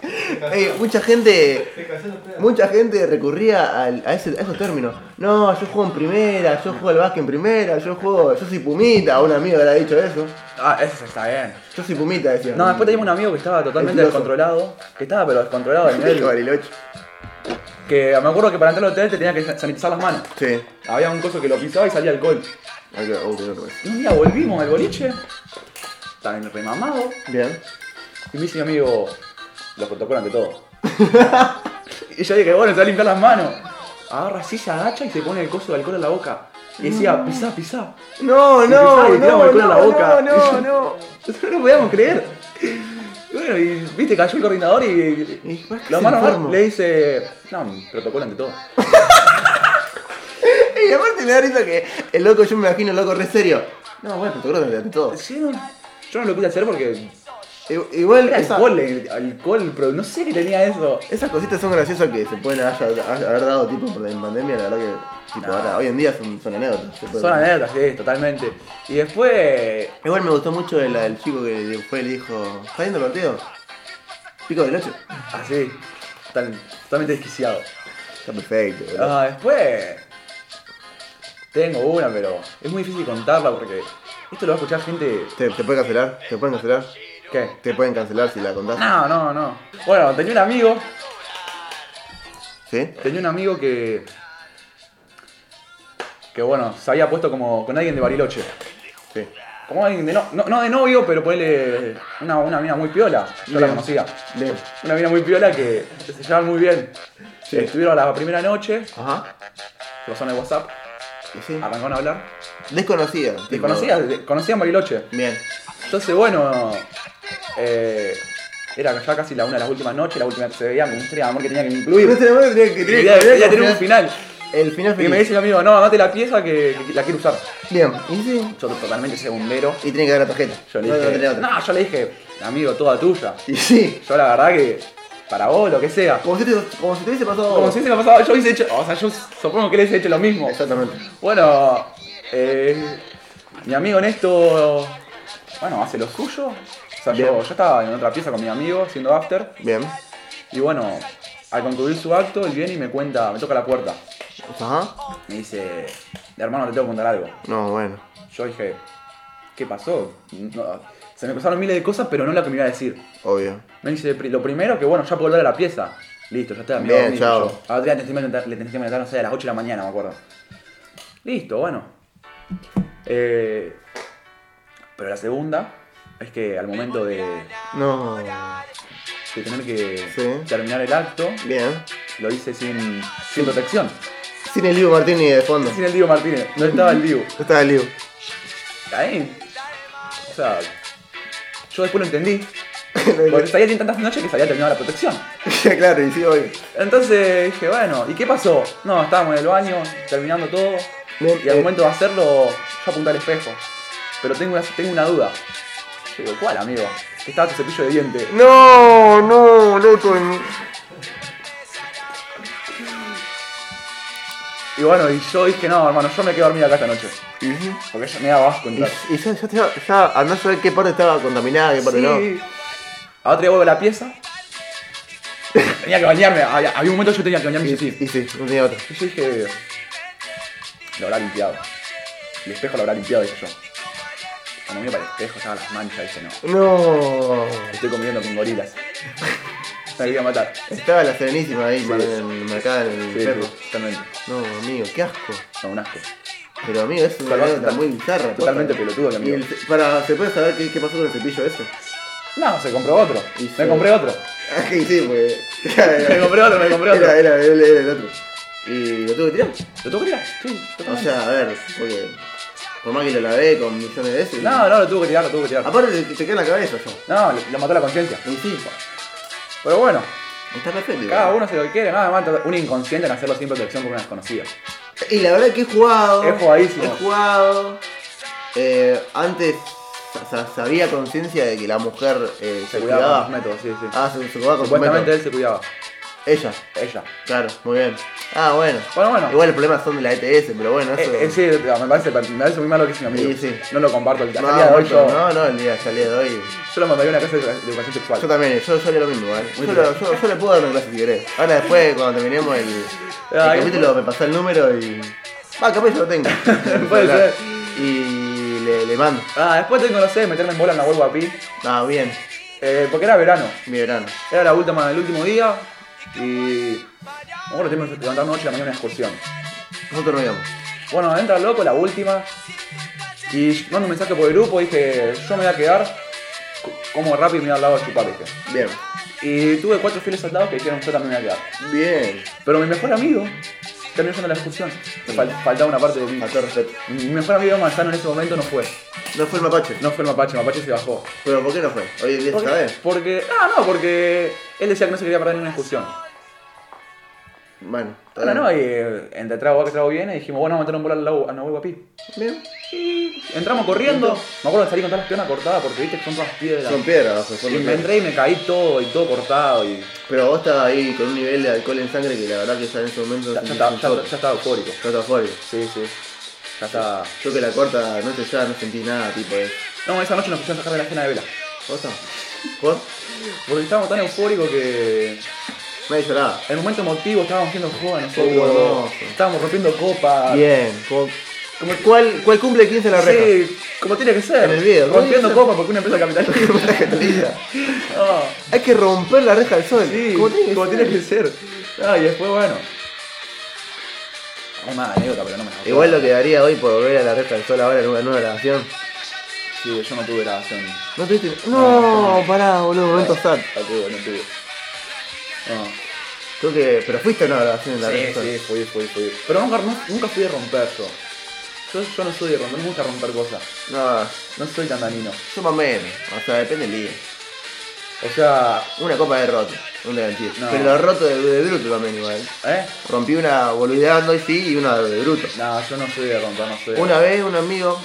Speaker 1: Ey, mucha gente. Mucha gente recurría al- a, ese- a esos términos. No, yo juego en primera, yo juego al básquet en primera, yo juego. Yo soy pumita, un amigo habrá dicho eso.
Speaker 2: Ah, eso está bien.
Speaker 1: Yo soy pumita, decía.
Speaker 2: No, después teníamos un amigo que estaba totalmente
Speaker 1: Estiloso.
Speaker 2: descontrolado, que estaba pero descontrolado al
Speaker 1: Dijo
Speaker 2: nivel
Speaker 1: Bariloche.
Speaker 2: que me acuerdo que para entrar al hotel te tenías que sa- sanitizar las manos.
Speaker 1: Sí.
Speaker 2: Había un coso que lo pisaba y salía alcohol.
Speaker 1: Hay que- oh, qué vergüenza.
Speaker 2: Y un día volvimos al boliche, también remamado,
Speaker 1: Bien.
Speaker 2: y me dice mi amigo, los protocolos ante todo. y yo dije, bueno, se va a limpiar las manos. Agarra así, se agacha y se pone el coso de alcohol en la boca. Y decía, pisá, pisá.
Speaker 1: No,
Speaker 2: Y pisaba y
Speaker 1: no,
Speaker 2: le tiraba
Speaker 1: no,
Speaker 2: alcohol en la
Speaker 1: no,
Speaker 2: boca.
Speaker 1: no, no, no.
Speaker 2: Nosotros no podíamos creer. Y Bueno, y viste, cayó el coordinador y.
Speaker 1: Y más que
Speaker 2: La
Speaker 1: se
Speaker 2: mano
Speaker 1: enfermo.
Speaker 2: le dice. No, un protocolo ante todo.
Speaker 1: Y aparte me da risa que el loco, yo me imagino el loco re serio. No, bueno, te acuerdas de todo.
Speaker 2: Sí, no, yo no lo quise hacer porque.
Speaker 1: I- Igual
Speaker 2: Era
Speaker 1: esa-
Speaker 2: alcohol, el- alcohol, pero no sé qué tenía eso.
Speaker 1: esas cositas son graciosas que se pueden haya- haya- haber dado tipo por la pandemia, la verdad que tipo,
Speaker 2: No.
Speaker 1: ahora, hoy en día son, son anécdotas. se puede-
Speaker 2: Son anécdotas, sí, totalmente. Y después.
Speaker 1: Igual me gustó mucho el, el chico que fue y le dijo, ¿está viendo el partido? Pico del 8.
Speaker 2: Así. tal- totalmente desquiciado.
Speaker 1: Está perfecto, boludo.
Speaker 2: Ah, después. Tengo una, pero es muy difícil contarla porque. Esto lo va a escuchar gente.
Speaker 1: ¿Te, te pueden cancelar? ¿Te pueden cancelar?
Speaker 2: ¿Qué?
Speaker 1: ¿Te pueden cancelar si la contás?
Speaker 2: No, no, no. Bueno, tenía un amigo
Speaker 1: ¿Sí?
Speaker 2: Tenía un amigo que. que bueno, se había puesto como con alguien de Bariloche.
Speaker 1: Sí.
Speaker 2: Como alguien de no, no, no de novio, pero ponele una, una mina muy piola. Yo la
Speaker 1: Bien.
Speaker 2: conocía.
Speaker 1: Bien.
Speaker 2: Una mina muy piola que se llevaban muy bien. Eh,
Speaker 1: Sí.
Speaker 2: Estuvieron a la primera noche,
Speaker 1: Ajá.
Speaker 2: se pasaron el WhatsApp,
Speaker 1: Sí.
Speaker 2: arrancaron a hablar.
Speaker 1: Desconocida.
Speaker 2: Y
Speaker 1: tipo-
Speaker 2: conocían, conocían Bariloche.
Speaker 1: Bien.
Speaker 2: Entonces, bueno, eh, era ya casi la una de las últimas noches, la última vez que se veían, me historia de amor que tenía que
Speaker 1: No
Speaker 2: incluir.
Speaker 1: se la tenía que
Speaker 2: Quería, quería tener un final.
Speaker 1: El final
Speaker 2: Y me
Speaker 1: feliz.
Speaker 2: dice mi amigo, no, andate la pieza que, que la quiero usar.
Speaker 1: Bien, y sí.
Speaker 2: Yo totalmente segundero.
Speaker 1: Y tiene que dar la tarjeta.
Speaker 2: Yo le
Speaker 1: No, no tenía
Speaker 2: dije,
Speaker 1: otra.
Speaker 2: no, yo le dije, amigo, toda tuya.
Speaker 1: Y sí.
Speaker 2: Yo la verdad que, para vos, lo que sea.
Speaker 1: Como si te, como si te hubiese pasado.
Speaker 2: Como si se me pasaba, yo hubiese hecho, o sea, yo supongo que le hubiese hecho lo mismo.
Speaker 1: Exactamente.
Speaker 2: Bueno, eh, mi amigo en esto, bueno, hace lo suyo. O sea,
Speaker 1: Bien.
Speaker 2: yo, yo estaba en otra pieza con mi amigo, haciendo after.
Speaker 1: Bien.
Speaker 2: Y bueno, al concluir su acto, él viene y me cuenta, me toca la puerta.
Speaker 1: Ajá.
Speaker 2: Me dice, hermano, te tengo que contar algo.
Speaker 1: No, bueno.
Speaker 2: Yo dije, ¿qué pasó? No, se me cruzaron miles de cosas, pero no la que me iba a decir.
Speaker 1: Obvio.
Speaker 2: Me dice, pri- lo primero que bueno, ya puedo volver a la pieza. Listo, ya está, amigo.
Speaker 1: Bien, chao.
Speaker 2: A otro día te encima le tenés que levantar, no sé, a las 8 de la mañana, me acuerdo. Listo, bueno. Eh, pero la segunda es que al momento de,
Speaker 1: No.
Speaker 2: de tener que
Speaker 1: Sí.
Speaker 2: terminar el acto,
Speaker 1: Bien.
Speaker 2: lo hice sin, sin protección.
Speaker 1: Sin el Liu Martini de fondo.
Speaker 2: Sin el Divo Martínez, no estaba el Divo.
Speaker 1: No estaba el Liu.
Speaker 2: Ahí. O sea, yo después lo entendí. Porque sabía que tantas noches que se había terminado la protección.
Speaker 1: claro, y sí, obvio.
Speaker 2: Entonces dije, bueno, ¿y qué pasó? No, estábamos en el baño, terminando todo.
Speaker 1: Bien,
Speaker 2: y al
Speaker 1: eh.
Speaker 2: momento de hacerlo, yo apunté al espejo. Pero tengo una, tengo una duda. Yo digo, ¿cuál, amigo? Que estaba tu cepillo de diente.
Speaker 1: No, no, loco. en-
Speaker 2: Y bueno, y yo dije, no, hermano, yo me quedo dormido acá esta noche.
Speaker 1: Y sí.
Speaker 2: Porque ya me daba asco
Speaker 1: Y,
Speaker 2: entrar.
Speaker 1: y ya, ya, ya, ya, a no saber qué parte estaba contaminada, qué parte no.
Speaker 2: Sí. A otro día vuelvo a la pieza. tenía que bañarme. Había, había un momento que yo tenía que bañarme, sí, sí.
Speaker 1: Y sí, no tenía otra.
Speaker 2: Y yo dije. Lo habrá limpiado. El espejo lo habrá limpiado, dije yo. Cuando miro para el espejo, estaba las manchas, dije no.
Speaker 1: No.
Speaker 2: Estoy comiendo con gorilas. Me quería matar.
Speaker 1: Estaba la serenísima ahí,
Speaker 2: Sí.
Speaker 1: mar- en- marcada en el
Speaker 2: Sí,
Speaker 1: perro.
Speaker 2: sí, totalmente.
Speaker 1: No, amigo, qué asco.
Speaker 2: No, un asco.
Speaker 1: Pero amigo, es una
Speaker 2: Totalmente-
Speaker 1: anécdota muy bizarra.
Speaker 2: totalmente
Speaker 1: posta.
Speaker 2: pelotudo, amigo.
Speaker 1: Y el- para, ¿se puede saber qué, qué pasó con el cepillo ese?
Speaker 2: No, se compró otro.
Speaker 1: Y
Speaker 2: Me
Speaker 1: sí.
Speaker 2: compré otro.
Speaker 1: y sí, porque...
Speaker 2: pues. Me compré otro, me compré otro.
Speaker 1: Era, era, él era el otro. Y lo tuve que tirar.
Speaker 2: ¿Lo tengo que tirar? Sí,
Speaker 1: O
Speaker 2: totalmente.
Speaker 1: sea, a ver, porque... Por más que lo lavé con millones de veces.
Speaker 2: No, no, lo tuvo que tirar, lo tuvo que tirar.
Speaker 1: Aparte te, te queda en la cabeza yo.
Speaker 2: No, lo, lo mató la conciencia.
Speaker 1: Y sí,
Speaker 2: Pero bueno,
Speaker 1: está perfecto. igual.
Speaker 2: cada uno hace lo que quiere, nada más un inconsciente en hacerlo sin protección con una desconocida.
Speaker 1: Y la verdad que he jugado.
Speaker 2: He jugadísimo.
Speaker 1: He jugado. Eh, antes sa- sa- sabía conciencia de que la mujer eh,
Speaker 2: Se cuidaba con sus métodos, sí, sí.
Speaker 1: Ah, se, se cuidaba con su
Speaker 2: Supuestamente
Speaker 1: método.
Speaker 2: él se cuidaba,
Speaker 1: Ella,
Speaker 2: ella.
Speaker 1: claro, muy bien. Ah, bueno.
Speaker 2: Bueno, bueno.
Speaker 1: Igual los problemas son de la ETS, pero bueno, eso.
Speaker 2: Eh, eh, sí, me parece, me parece muy malo que hice mi amigo.
Speaker 1: Sí, sí.
Speaker 2: No lo comparto. El día
Speaker 1: no,
Speaker 2: de hoy yo,
Speaker 1: no, no, el día, hasta el día de hoy.
Speaker 2: yo lo mandaría a una casa de educa- de educación sexual.
Speaker 1: Yo también, yo, yo haría lo mismo, ¿vale? Yo,
Speaker 2: Muy
Speaker 1: lo- yo- yo le puedo dar una clase si querés. Ahora después, cuando terminemos el, el
Speaker 2: Ay,
Speaker 1: capítulo, me pasá el número y... Va, capaz yo lo tengo.
Speaker 2: Puede ser.
Speaker 1: Y le, le mando.
Speaker 2: Ah, después tengo, no sé, meterme en bola en la web guapi.
Speaker 1: Ah, bien,
Speaker 2: Eh, porque era verano.
Speaker 1: mi verano.
Speaker 2: Era la última, el último día. Y. Bueno, tenemos que levantarnos 8 de la mañana en una excursión.
Speaker 1: Nosotros no íbamos.
Speaker 2: Bueno, entra loco, la última. Y mando un mensaje por el grupo, dije, yo me voy a quedar. co- Como rápido y me voy al lado a chupar, dije.
Speaker 1: Bien.
Speaker 2: Y tuve cuatro fieles al lado que dijeron, yo también me voy a quedar.
Speaker 1: Bien.
Speaker 2: Pero mi mejor amigo terminó yendo a la excursión. Me fal- faltaba una parte de mí.
Speaker 1: Faltó respeto.
Speaker 2: Mi mejor amigo Manzano en ese momento no fue.
Speaker 1: No fue el mapache.
Speaker 2: No fue el mapache, el mapache se bajó.
Speaker 1: Pero ¿por qué no fue? Hoy en día se
Speaker 2: Porque,
Speaker 1: sabe.
Speaker 2: porque. Ah, no, porque él decía que no se quería perder ninguna excursión.
Speaker 1: Bueno. está
Speaker 2: Ahora
Speaker 1: bien.
Speaker 2: no, y eh, entre trago va que trago viene, dijimos, bueno, vamos a meter un bola al lago- al Nahuel Guapí.
Speaker 1: Bien.
Speaker 2: Y entramos corriendo. Me acuerdo que salí con todas las piernas cortadas porque viste que son todas piedras.
Speaker 1: Son piedras abajo, son
Speaker 2: Y me
Speaker 1: piedras.
Speaker 2: entré y me caí todo y todo cortado y.
Speaker 1: Pero vos estabas ahí con un nivel de alcohol en sangre que la verdad que ya en ese momento...
Speaker 2: Ya, ya estaba, ya- ya estaba eufórico.
Speaker 1: Yo afórico.
Speaker 2: Sí, sí. Ya estaba.
Speaker 1: Yo que la corta noche ya no sentí nada, tipo de...
Speaker 2: No, esa noche nos pusieron a sacar de la escena de vela.
Speaker 1: ¿Cosa? ¿Por?
Speaker 2: Porque estábamos tan eufóricos que
Speaker 1: Nadie lloraba.
Speaker 2: en el momento emotivo estábamos haciendo joda nosotros.
Speaker 1: hermoso.
Speaker 2: estábamos rompiendo copas.
Speaker 1: Bien. Como, ¿cuál, ¿Cuál cumple 15 la reja?
Speaker 2: Sí, como tiene que ser.
Speaker 1: En el video, ¿no?
Speaker 2: Rompiendo
Speaker 1: Sí,
Speaker 2: copas porque una empresa capitalista. Ah,
Speaker 1: Hay que romper la reja del sol.
Speaker 2: sí,
Speaker 1: Como tiene que
Speaker 2: como
Speaker 1: ser.
Speaker 2: tiene que ser. Ah, y después, bueno. Hay más anécdota, pero no me acuerdo.
Speaker 1: Igual lo que daría hoy por volver a la reja del sol ahora en una nueva grabación.
Speaker 2: Sí, yo no tuve grabación. Ah,
Speaker 1: No tuviste. No, pará, boludo, momento sad.
Speaker 2: No tuve, no tuve. No.
Speaker 1: Creo que. Pero fuiste a una grabación en la reja
Speaker 2: Sí,
Speaker 1: del sol.
Speaker 2: sí, fui, fui, fui. Pero nunca, nu- nunca fui de romper yo. Yo, yo no soy de romper, no me gusta romper cosas.
Speaker 1: No,
Speaker 2: No soy tan danino.
Speaker 1: yo más o menos. O sea, depende del día.
Speaker 2: O sea,
Speaker 1: Una copa de roto, un delantero.
Speaker 2: No.
Speaker 1: Pero lo roto de, de bruto también igual.
Speaker 2: ¿eh?
Speaker 1: Rompí una boludeando y sí y una de bruto.
Speaker 2: No, yo no soy de romper, no soy de
Speaker 1: Una vez un amigo,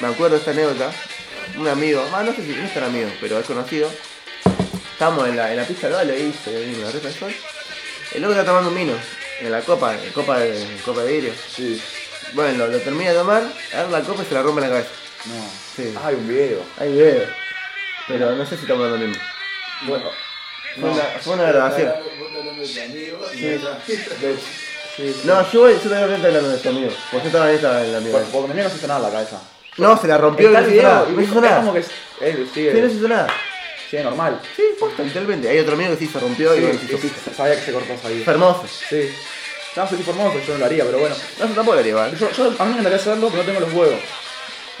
Speaker 1: me acuerdo de esta anécdota, un amigo, ah, no sé si no es tan amigo, pero es conocido, estábamos en la, en la pista de baile ahí, se en la Reja del sol, el otro está tomando un vino, en la copa, en copa de, en copa de vidrio.
Speaker 2: Sí.
Speaker 1: Bueno, lo, termina de tomar, agarra la copa y se la rompe en la cabeza.
Speaker 2: No.
Speaker 1: Sí.
Speaker 2: Hay un video.
Speaker 1: Ahí veo. Pero no sé si estamos hablando lo mismo.
Speaker 2: Bueno.
Speaker 1: Fue, una, fue una grabación.
Speaker 2: De- sí.
Speaker 1: No, yo, yo todavía no estoy hablando de esto, amigo. Porque yo estaba en esta en la mía.
Speaker 2: Por- Porque me no se hizo nada en la cabeza.
Speaker 1: No, se la rompió y
Speaker 2: Está
Speaker 1: no se
Speaker 2: el
Speaker 1: hizo
Speaker 2: video
Speaker 1: nada.
Speaker 2: y
Speaker 1: No
Speaker 2: dijo,
Speaker 1: hizo
Speaker 2: es
Speaker 1: nada.
Speaker 2: como que es- él
Speaker 1: Sí, no
Speaker 2: sigue,
Speaker 1: se hizo nada.
Speaker 2: sigue normal.
Speaker 1: Sí, posta, literalmente. Hay otro amigo que sí se rompió y
Speaker 2: Sí,
Speaker 1: bueno, se
Speaker 2: sí,
Speaker 1: hizo
Speaker 2: sí,
Speaker 1: pija.
Speaker 2: sabía que se cortó esa vida.
Speaker 1: Fue hermoso.
Speaker 2: Sí. No, soy tipo hermoso, yo no lo haría, pero bueno.
Speaker 1: No, yo tampoco lo haría igual.
Speaker 2: Yo, yo- a mí me encantaría hacerlo, pero no tengo los huevos.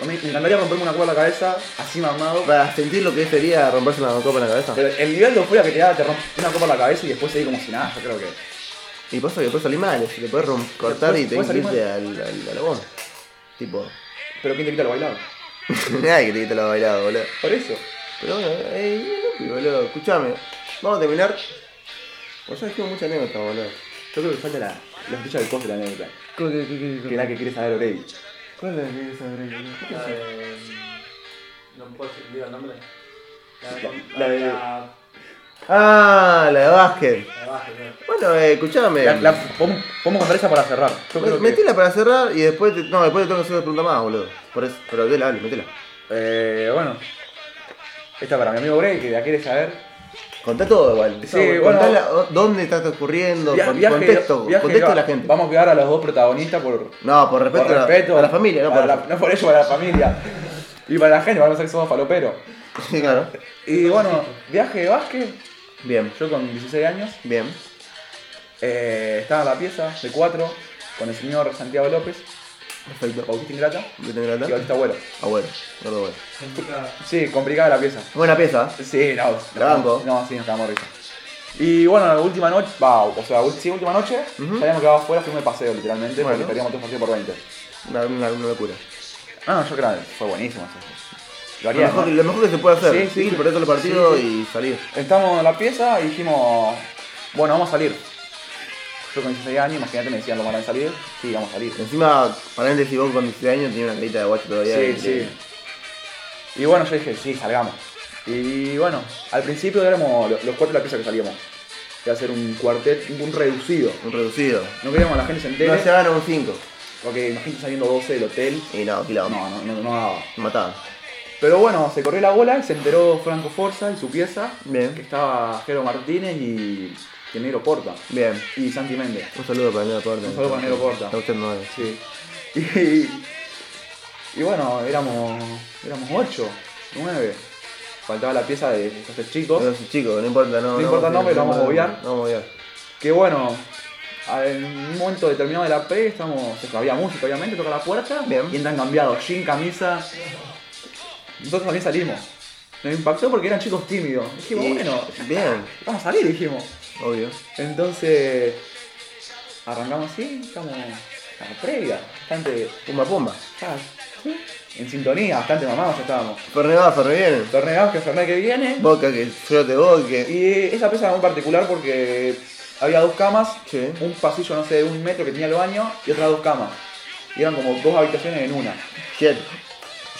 Speaker 2: A mí me encantaría romperme una cuerda en la cabeza, así mamado.
Speaker 1: Para sentir lo que sería romperse una copa en la cabeza.
Speaker 2: Pero el nivel de euforia que te da, te rompe una copa en la cabeza y después seguir como si nada, yo creo que.
Speaker 1: Y pasa que después salís mal, le podés rom- cortar y tenés
Speaker 2: Después-
Speaker 1: que
Speaker 2: después
Speaker 1: irte al, al, a la goma. Tipo,
Speaker 2: Pero ¿quién te quita lo bailado?
Speaker 1: nada que te quita la bailada, boludo.
Speaker 2: Por eso.
Speaker 1: Pero bueno, ey, Lupi, boludo, escuchame. Vamos a terminar. Vos sabés que hubo mucha anécdota, boludo.
Speaker 2: Yo creo que falta la, la ficha del post de la anécdota.
Speaker 1: ¿Cómo que, que, que,
Speaker 2: Que es la que quiere saber Orey.
Speaker 1: ¿Cuál es la que sabré, boludo? ¿Qué
Speaker 3: La
Speaker 1: pasa?
Speaker 3: de. No puedo decir digo el nombre. La de.
Speaker 2: La- la de-
Speaker 3: La
Speaker 1: Ah, la de básquet.
Speaker 3: la de básquet, ¿no?
Speaker 1: Bueno, eh, escuchame.
Speaker 2: La, la- podemos, podemos contar esa para cerrar. Yo creo que-
Speaker 1: Metela para cerrar y después te, no, después te tengo que hacer una pregunta más, boludo. Por eso, pero dale, dale, metela.
Speaker 2: Eh, bueno. Esta para mi amigo Orey, que la quiere saber.
Speaker 1: Contá todo igual.
Speaker 2: Sí,
Speaker 1: No,
Speaker 2: bueno.
Speaker 1: contala o- dónde está ocurriendo,
Speaker 2: Via-
Speaker 1: con-
Speaker 2: viaje-
Speaker 1: contexto,
Speaker 2: viaje
Speaker 1: contexto
Speaker 2: va-
Speaker 1: de la gente.
Speaker 2: Vamos a quedar a los dos protagonistas por,
Speaker 1: No, por respeto,
Speaker 2: por
Speaker 1: a la-
Speaker 2: respeto
Speaker 1: a la familia, no
Speaker 2: para
Speaker 1: por
Speaker 2: la- no por ello, para la familia. Y para la gente, para no ser que somos faloperos.
Speaker 1: Sí, claro.
Speaker 2: Y bueno, viaje de básquet.
Speaker 1: Bien,
Speaker 2: Yo con 16 años
Speaker 1: bien.
Speaker 2: eh, estaba en la pieza de 4 con el señor Santiago López,
Speaker 1: Perfecto.
Speaker 2: Bautista Ingrata
Speaker 1: ¿Qué tengo
Speaker 2: y
Speaker 1: acá?
Speaker 2: Bautista Abuelo.
Speaker 1: Abuelo, gordo abuelo.
Speaker 2: Sí, complicada la pieza.
Speaker 1: Buena pieza. ¿eh?
Speaker 2: Sí, no.
Speaker 1: La banco.
Speaker 2: No, sí, nos cagamos de risa. Y bueno, la última noche, va, o sea, ul- sí, última noche,
Speaker 1: Ujú.
Speaker 2: salíamos que afuera, fuimos de paseo literalmente,
Speaker 1: Bueno.
Speaker 2: porque perdíamos tres partidos por 20.
Speaker 1: Una, una- una locura.
Speaker 2: Ah, No, yo creo que fue buenísimo. o sea, Lo
Speaker 1: Lo
Speaker 2: haría.
Speaker 1: mejor,
Speaker 2: ¿no?
Speaker 1: que- lo mejor que se puede hacer,
Speaker 2: Sí, sí.
Speaker 1: ir por todo el partido
Speaker 2: Sí, sí.
Speaker 1: y salir.
Speaker 2: Estamos en la pieza y dijimos, bueno, vamos a salir. Yo con 16 años, imagínate, me decían, lo van a salir. Sí, vamos a salir.
Speaker 1: Encima, paréntesis, vos con 16 años tenía una carita de guacho todavía.
Speaker 2: Sí,
Speaker 1: de-
Speaker 2: sí. Y bueno, yo dije, sí, salgamos. Y bueno, al principio éramos lo- los cuatro de la pieza que salíamos. Iba a ser un cuartet, un reducido.
Speaker 1: Un reducido.
Speaker 2: No queríamos que la gente se
Speaker 1: No
Speaker 2: entere.
Speaker 1: se gana un 5.
Speaker 2: Porque imagínate saliendo 12 del hotel.
Speaker 1: Y no, aquí la
Speaker 2: No,
Speaker 1: vamos.
Speaker 2: no, no, no daba.
Speaker 1: Mataban.
Speaker 2: Pero bueno, se corrió la bola y se enteró Franco Forza y su pieza.
Speaker 1: Bien.
Speaker 2: Que estaba Jero Martínez y, y el Negro Porta.
Speaker 1: Bien.
Speaker 2: Y Santi Méndez.
Speaker 1: Un saludo para Nero Porta.
Speaker 2: Un saludo para Nero Porta.
Speaker 1: Está usted nueve.
Speaker 2: Sí. Y, y bueno, éramos, éramos 8, 9. Faltaba la pieza de los tres chicos.
Speaker 1: Pero sí, chicos, no importa, no.
Speaker 2: No importa el nombre, lo vamos a obviar.
Speaker 1: No vamos a obviar.
Speaker 2: Que bueno, a- en un momento determinado de la P, estamos, había música obviamente, toca la puerta
Speaker 1: Bien.
Speaker 2: y entran cambiados, sin camisa. Nosotros también salimos. Nos impactó porque eran chicos tímidos. Dijimos,
Speaker 1: Y-
Speaker 2: bueno,
Speaker 1: Bien,
Speaker 2: vamos a salir, dijimos.
Speaker 1: obvio.
Speaker 2: Entonces, arrancamos así, estamos a la previa, bastante,
Speaker 1: Pumba, pumba.
Speaker 2: ya, sí, en sintonía, bastante mamados ya estábamos.
Speaker 1: Ferné va, Ferné viene.
Speaker 2: Torneados que Fernández que viene.
Speaker 1: Boca, que yo te boque.
Speaker 2: Y esa pieza era muy particular porque había dos camas,
Speaker 1: Sí.
Speaker 2: un pasillo, no sé, de un metro que tenía el baño y otras dos camas. Y eran como dos habitaciones en una.
Speaker 1: Quieto.